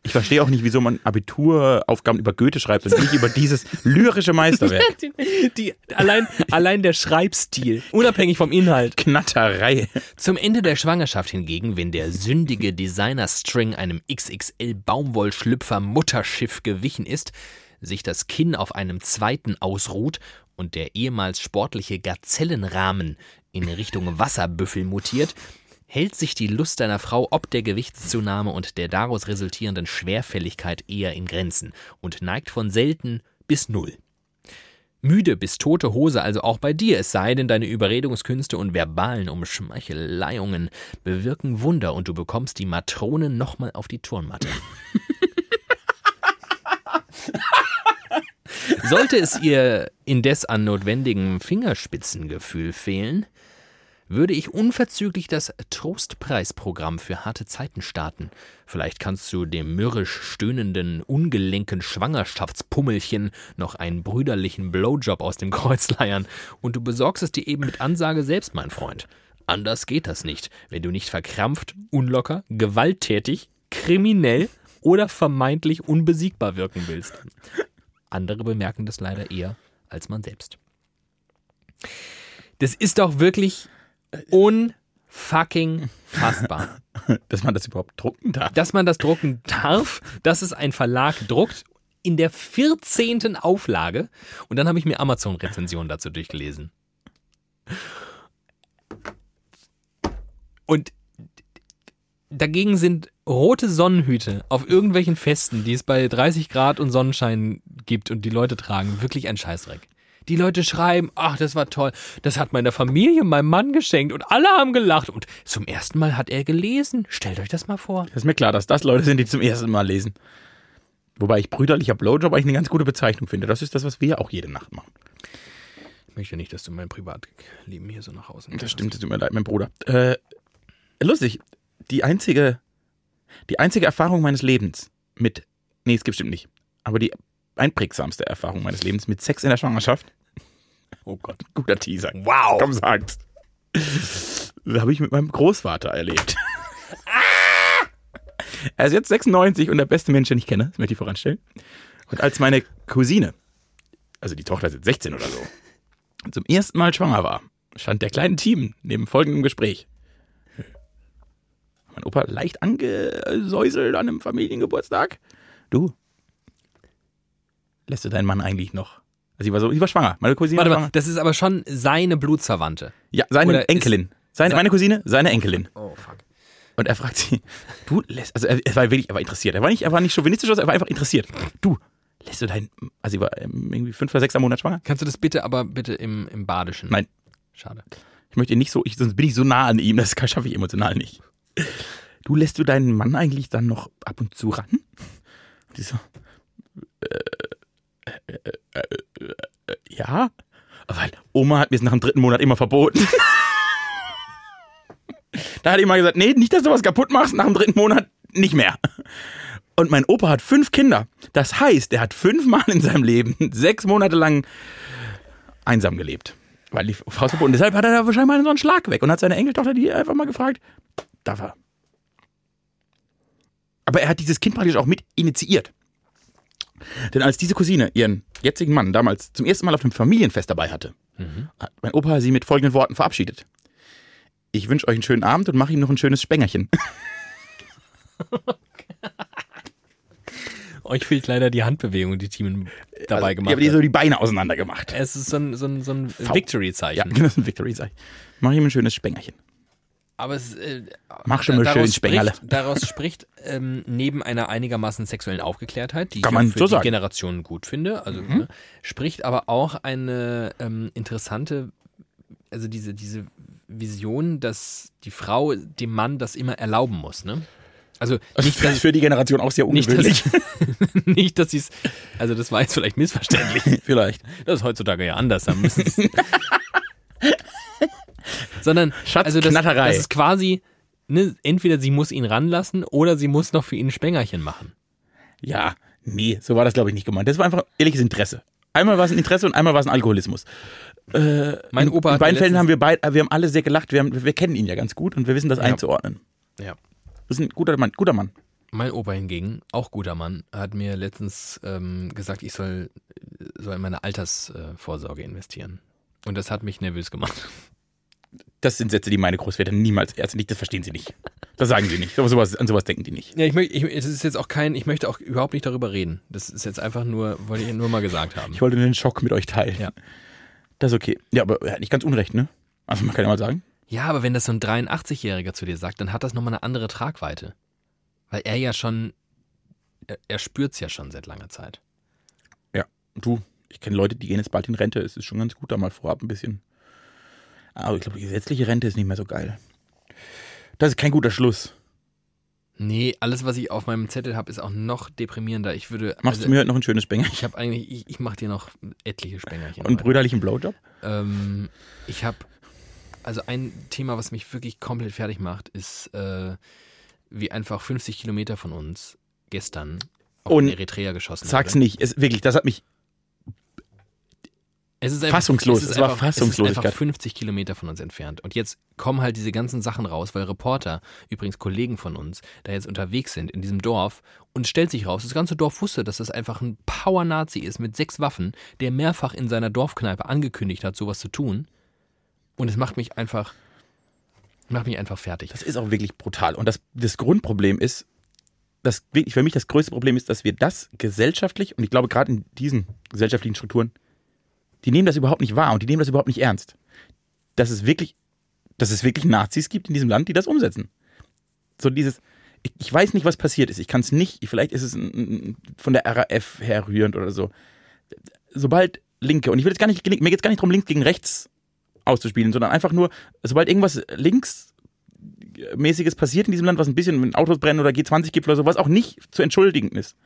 Ich verstehe auch nicht, wieso man Abituraufgaben über Goethe schreibt und nicht über dieses lyrische Meisterwerk.
Die, die, allein, allein der Schreibstil, unabhängig vom Inhalt.
Knatterei.
Zum Ende der Schwangerschaft hingegen, wenn der sündige Designer-String einem XXL-Baumwollschlüpfer-Mutterschiff gewichen ist, sich das Kinn auf einem zweiten ausruht und der ehemals sportliche Gazellenrahmen in Richtung Wasserbüffel mutiert, hält sich die Lust deiner Frau ob der Gewichtszunahme und der daraus resultierenden Schwerfälligkeit eher in Grenzen und neigt von selten bis null. Müde bis tote Hose also auch bei dir, es sei denn, deine Überredungskünste und verbalen Umschmeicheleiungen bewirken Wunder und du bekommst die Matrone nochmal auf die Turnmatte. Sollte es ihr indes an notwendigem Fingerspitzengefühl fehlen, würde ich unverzüglich das Trostpreisprogramm für harte Zeiten starten. Vielleicht kannst du dem mürrisch stöhnenden, ungelenken Schwangerschaftspummelchen noch einen brüderlichen Blowjob aus dem Kreuz leiern und du besorgst es dir eben mit Ansage selbst, mein Freund. Anders geht das nicht, wenn du nicht verkrampft, unlocker, gewalttätig, kriminell oder vermeintlich unbesiegbar wirken willst. Andere bemerken das leider eher als man selbst. Das ist doch wirklich unfucking fassbar.
Dass man das überhaupt drucken darf.
dass man das drucken darf, dass es ein Verlag druckt in der 14. Auflage. Und dann habe ich mir Amazon-Rezensionen dazu durchgelesen. Und dagegen sind rote Sonnenhüte auf irgendwelchen Festen, die es bei 30 Grad und Sonnenschein gibt und die Leute tragen, wirklich ein Scheißdreck. Die Leute schreiben, ach, das war toll, das hat meiner Familie, meinem Mann geschenkt und alle haben gelacht und zum ersten Mal hat er gelesen. Stellt euch das mal vor.
Das ist mir klar, dass das Leute sind, die zum ersten Mal lesen. Wobei ich brüderlicher Blowjob eigentlich eine ganz gute Bezeichnung finde. Das ist das, was wir auch jede Nacht machen.
Ich möchte nicht, dass du mein Privatleben hier so nach außen
Das stimmt, es tut mir leid, mein Bruder. Äh, lustig, die einzige, die einzige Erfahrung meines Lebens mit, nee, es gibt bestimmt nicht, aber die einprägsamste Erfahrung meines Lebens mit Sex in der Schwangerschaft. Oh Gott, guter Teaser.
Wow.
Komm, sag's. Habe ich mit meinem Großvater erlebt. Ah! Er ist jetzt 96 und der beste Mensch, den ich kenne, das möchte ich voranstellen. Und als meine Cousine, also die Tochter ist jetzt 16 oder so, zum ersten Mal schwanger war, stand der kleine Team neben folgendem Gespräch. Mein Opa leicht angesäuselt an einem Familiengeburtstag. Du, lässt du deinen Mann eigentlich noch? Also sie war so, sie war schwanger. Meine Cousine
Warte
war
mal,
schwanger.
das ist aber schon seine Blutsverwandte.
Ja, seine
Oder ist-
Enkelin. Seine,
Se-
meine Cousine, seine Enkelin.
Oh, fuck.
Und er fragt sie, du lässt, also er, er war wirklich, er war interessiert. Er war nicht, er war nicht chauvinistisch, er war einfach interessiert. Du, lässt du deinen, also sie war ähm, irgendwie fünf oder sechs am Monat schwanger?
Kannst du das bitte aber bitte im, im Badischen?
Nein.
Schade.
Ich möchte ihn nicht so, ich, sonst bin ich so nah an ihm, das kann- schaffe ich emotional nicht. Du lässt du deinen Mann eigentlich dann noch ab und zu ran? Und die so, äh, äh, äh, äh, ja, weil Oma hat mir es nach dem dritten Monat immer verboten. da hat die immer gesagt, nee, nicht, dass du was kaputt machst, nach dem dritten Monat nicht mehr. Und mein Opa hat fünf Kinder. Das heißt, er hat fünfmal in seinem Leben sechs Monate lang einsam gelebt. Weil die Frau ist verboten. Deshalb hat er da wahrscheinlich mal so einen Schlag weg und hat seine Enkeltochter die einfach mal gefragt. Darf er. Aber er hat dieses Kind praktisch auch mit initiiert. Denn als diese Cousine ihren jetzigen Mann damals zum ersten Mal auf dem Familienfest dabei hatte, hat mein Opa sie mit folgenden Worten verabschiedet. Ich wünsche euch einen schönen Abend und mache ihm noch ein schönes Spengerchen.
Euch fehlt leider die Handbewegung, die Team dabei
also,
gemacht
Ich habe dir
hat.
so die Beine auseinander gemacht.
Es ist so ein, so ein, so ein
Ja,
Victory-Zeichen.
genau, das ist ein Victory, sag ich. Mach ihm ein schönes Spengerchen.
Aber es, äh,
Mach schon mal
daraus
schön, Spengerle.
spricht, daraus spricht ähm, neben einer einigermaßen sexuellen Aufgeklärtheit, die
Kann
ich
man
ja für
so
die
sagen. Mhm.
Generation gut finde, also ne, spricht aber auch eine ähm, interessante, also diese, diese Vision, dass die Frau dem Mann das immer erlauben muss, ne? Also
Also
nicht, dass,
für die Generation auch sehr
nicht,
ungewöhnlich.
dass, nicht, dass sie es. Also, das war jetzt vielleicht missverständlich.
Vielleicht.
Das ist heutzutage ja anders. Da müssen sie- Sondern
Schatz,
also das,
Knatterei.
das ist quasi, ne, entweder sie muss ihn ranlassen oder sie muss noch für ihn ein Spengerchen machen.
Ja, nee, so war das glaube ich nicht gemeint. Das war einfach ehrliches Interesse. Einmal war es ein Interesse und einmal war es ein Alkoholismus.
Mein
In
Opa
beiden
hat mir
Fällen
letztens-
haben wir beide, wir haben alle sehr gelacht. Wir, haben, wir kennen ihn ja ganz gut und wir wissen das einzuordnen.
ja.
Das ist ein guter Mann, guter Mann.
Mein Opa hingegen, auch guter Mann, hat mir letztens ähm, gesagt, ich soll, soll in meine Altersvorsorge investieren. Und das hat mich nervös gemacht.
Das sind Sätze, die meine Großväter niemals Ärzte nicht, das verstehen sie nicht. Das sagen sie nicht. Aber sowas, an sowas denken die nicht.
Ja, ich möchte, ich, es ist jetzt auch kein, ich möchte auch überhaupt nicht darüber reden. Das ist jetzt einfach nur, wollte ich nur mal gesagt haben.
Ich wollte nur den Schock mit euch teilen.
Ja.
Das ist okay. Ja, aber er hat nicht ganz unrecht, ne? Also man kann ja mal sagen.
Ja, aber wenn das so ein 83-Jähriger zu dir sagt, dann hat das nochmal eine andere Tragweite. Weil er ja schon, er, er spürt's ja schon seit langer Zeit.
Du, ich kenne Leute, die gehen jetzt bald in Rente. Es ist schon ganz gut, da mal vorab ein bisschen. Aber ich glaube, die gesetzliche Rente ist nicht mehr so geil. Das ist kein guter Schluss.
Nee, alles, was ich auf meinem Zettel habe, ist auch noch deprimierender. Ich würde. also
Machst du mir heute noch ein schönes Bänger
Ich habe eigentlich, ich, ich mache dir noch etliche Spengerchen.
und
rein.
brüderlichen Blowjob?
Ähm, ich habe, also ein Thema, was mich wirklich komplett fertig macht, ist, äh, wie einfach 50 Kilometer von uns gestern auf
Und-
einen Eritreer geschossen
Sag's
wurde.
nicht. Es, wirklich, das hat mich.
Es ist
Fassungslos, es war
einfach, Es ist
Fassungslosigkeit.
einfach 50 Kilometer von uns entfernt. Und jetzt kommen halt diese ganzen Sachen raus, weil Reporter, übrigens Kollegen von uns, da jetzt unterwegs sind in diesem Dorf und es stellt sich raus, das ganze Dorf wusste, dass das einfach ein Power-Nazi ist mit sechs Waffen, der mehrfach in seiner Dorfkneipe angekündigt hat, sowas zu tun. Und es macht mich einfach, macht mich einfach fertig.
Das ist auch wirklich brutal. Und das, das Grundproblem ist, das wirklich für mich das größte Problem ist, dass wir das gesellschaftlich, und ich glaube gerade in diesen gesellschaftlichen Strukturen, die nehmen das überhaupt nicht wahr und die nehmen das überhaupt nicht ernst. Dass es wirklich, dass es wirklich Nazis gibt in diesem Land, die das umsetzen. So dieses, ich, ich weiß nicht, was passiert ist, ich kann es nicht, vielleicht ist es ein, ein, von der RAF herrührend oder so. Sobald Linke, und ich will jetzt gar nicht, mir geht es gar nicht darum, links gegen rechts auszuspielen, sondern einfach nur, sobald irgendwas links mäßiges passiert in diesem Land, was ein bisschen mit Autos brennen oder G20 gibt oder so, was auch nicht zu entschuldigen ist.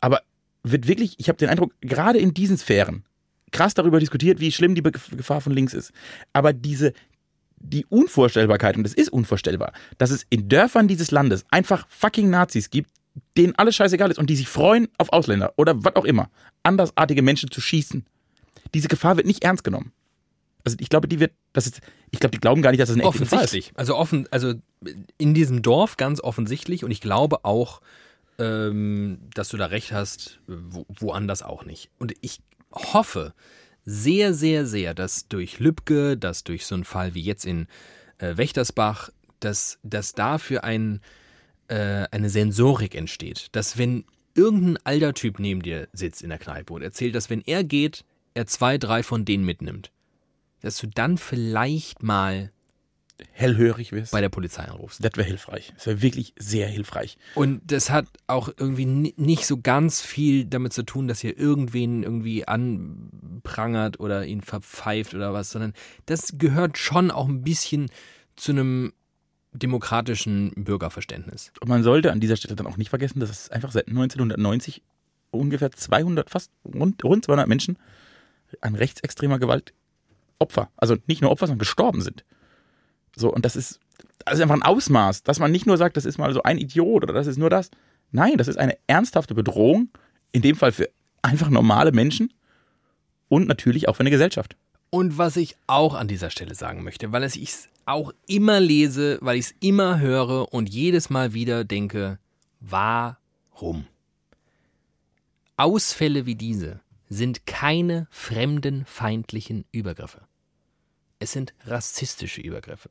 Aber wird wirklich, ich habe den Eindruck, gerade in diesen Sphären krass darüber diskutiert, wie schlimm die Be- Gefahr von links ist. Aber diese die Unvorstellbarkeit, und es ist unvorstellbar, dass es in Dörfern dieses Landes einfach fucking Nazis gibt, denen alles scheißegal ist und die sich freuen, auf Ausländer oder was auch immer, andersartige Menschen zu schießen. Diese Gefahr wird nicht ernst genommen. Also ich glaube, die wird, das ist, ich glaube, die glauben gar nicht, dass das eine echte Gefahr ist.
Offensichtlich. Also offen, also in diesem Dorf ganz offensichtlich und ich glaube auch, ähm, dass du da recht hast, wo, woanders auch nicht. Und ich hoffe sehr, sehr, sehr, dass durch Lübcke, dass durch so einen Fall wie jetzt in äh, Wächtersbach, dass, dass dafür ein, äh, eine Sensorik entsteht, dass wenn irgendein alter Typ neben dir sitzt in der Kneipe und erzählt, dass wenn er geht, er zwei, drei von denen mitnimmt, dass du dann vielleicht mal
hellhörig wirst.
bei der Polizei anrufst.
das wäre hilfreich. Das wäre wirklich sehr hilfreich.
Und das hat auch irgendwie ni- nicht so ganz viel damit zu tun, dass ihr irgendwen irgendwie anprangert oder ihn verpfeift oder was, sondern das gehört schon auch ein bisschen zu einem demokratischen Bürgerverständnis.
Und man sollte an dieser Stelle dann auch nicht vergessen, dass es einfach seit 1990 ungefähr 200, fast rund, rund 200 Menschen an rechtsextremer Gewalt Opfer, also nicht nur Opfer, sondern gestorben sind. So, und das ist, das ist einfach ein Ausmaß, dass man nicht nur sagt, das ist mal so ein Idiot oder das ist nur das. Nein, das ist eine ernsthafte Bedrohung, in dem Fall für einfach normale Menschen und natürlich auch für eine Gesellschaft.
Und was ich auch an dieser Stelle sagen möchte, weil ich es auch immer lese, weil ich es immer höre und jedes Mal wieder denke, warum? Ausfälle wie diese sind keine fremdenfeindlichen Übergriffe. Es sind rassistische Übergriffe.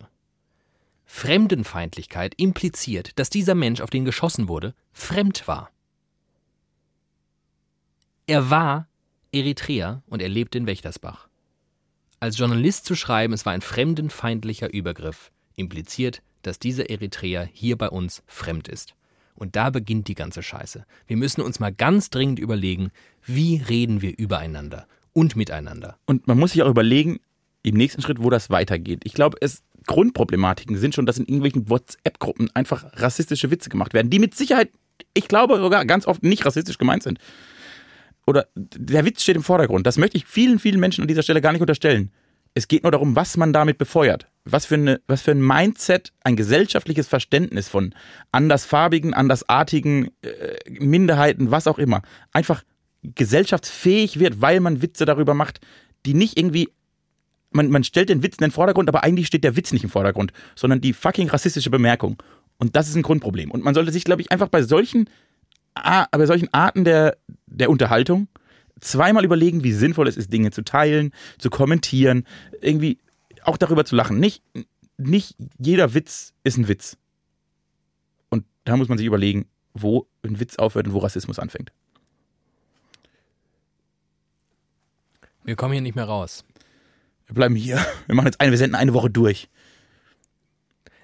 Fremdenfeindlichkeit impliziert, dass dieser Mensch, auf den geschossen wurde, fremd war. Er war Eritreer und er lebte in Wächtersbach. Als Journalist zu schreiben, es war ein fremdenfeindlicher Übergriff, impliziert, dass dieser Eritreer hier bei uns fremd ist. Und da beginnt die ganze Scheiße. Wir müssen uns mal ganz dringend überlegen, wie reden wir übereinander und miteinander.
Und man muss sich auch überlegen, im nächsten Schritt, wo das weitergeht. Ich glaube, es, Grundproblematiken sind schon, dass in irgendwelchen WhatsApp-Gruppen einfach rassistische Witze gemacht werden, die mit Sicherheit, ich glaube sogar ganz oft nicht rassistisch gemeint sind. Oder der Witz steht im Vordergrund. Das möchte ich vielen, vielen Menschen an dieser Stelle gar nicht unterstellen. Es geht nur darum, was man damit befeuert. Was für, eine, was für ein Mindset, ein gesellschaftliches Verständnis von andersfarbigen, andersartigen äh, Minderheiten, was auch immer, einfach gesellschaftsfähig wird, weil man Witze darüber macht, die nicht irgendwie man, man stellt den Witz in den Vordergrund, aber eigentlich steht der Witz nicht im Vordergrund, sondern die fucking rassistische Bemerkung. Und das ist ein Grundproblem. Und man sollte sich, glaube ich, einfach bei solchen, Ar- bei solchen Arten der, der Unterhaltung zweimal überlegen, wie sinnvoll es ist, Dinge zu teilen, zu kommentieren, irgendwie auch darüber zu lachen. Nicht, nicht jeder Witz ist ein Witz. Und da muss man sich überlegen, wo ein Witz aufhört und wo Rassismus anfängt.
Wir kommen hier nicht mehr raus.
Wir bleiben hier. Wir machen jetzt eine, wir senden eine Woche durch.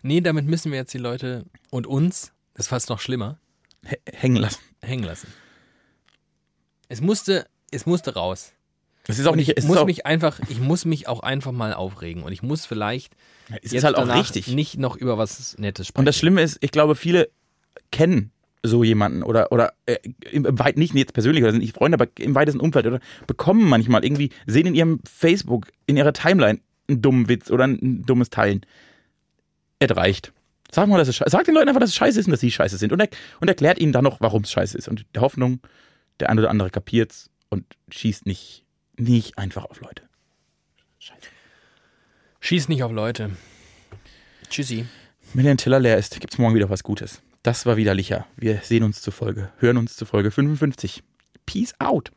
Nee, damit müssen wir jetzt die Leute und uns, das ist fast noch schlimmer,
H hängen lassen.
hängen lassen. Es musste, es musste raus.
Es ist auch nicht, es
Ich
ist,
muss
auch,
mich einfach, ich muss mich auch einfach mal aufregen und ich muss vielleicht
es
jetzt
ist halt auch
danach
richtig.
nicht noch über was Nettes sprechen.
Und das Schlimme ist, ich glaube, viele kennen so jemanden oder oder äh, im, im weit nicht jetzt persönlich oder sind nicht Freunde, aber im weitesten Umfeld oder bekommen manchmal irgendwie sehen in ihrem Facebook in ihrer Timeline einen dummen Witz oder ein, ein dummes Teilen. Es reicht. Sag mal, dass es sche- sag den Leuten einfach, dass es scheiße ist und dass sie scheiße sind und, er, und erklärt ihnen dann noch, warum es scheiße ist und der Hoffnung, der ein oder andere kapiert's und schießt nicht nicht einfach auf Leute.
Schieß nicht auf Leute. Tschüssi.
Wenn der Teller leer ist, gibt's morgen wieder was Gutes. Das war wieder Licher. Wir sehen uns zur Folge, hören uns zur Folge 55. Peace out.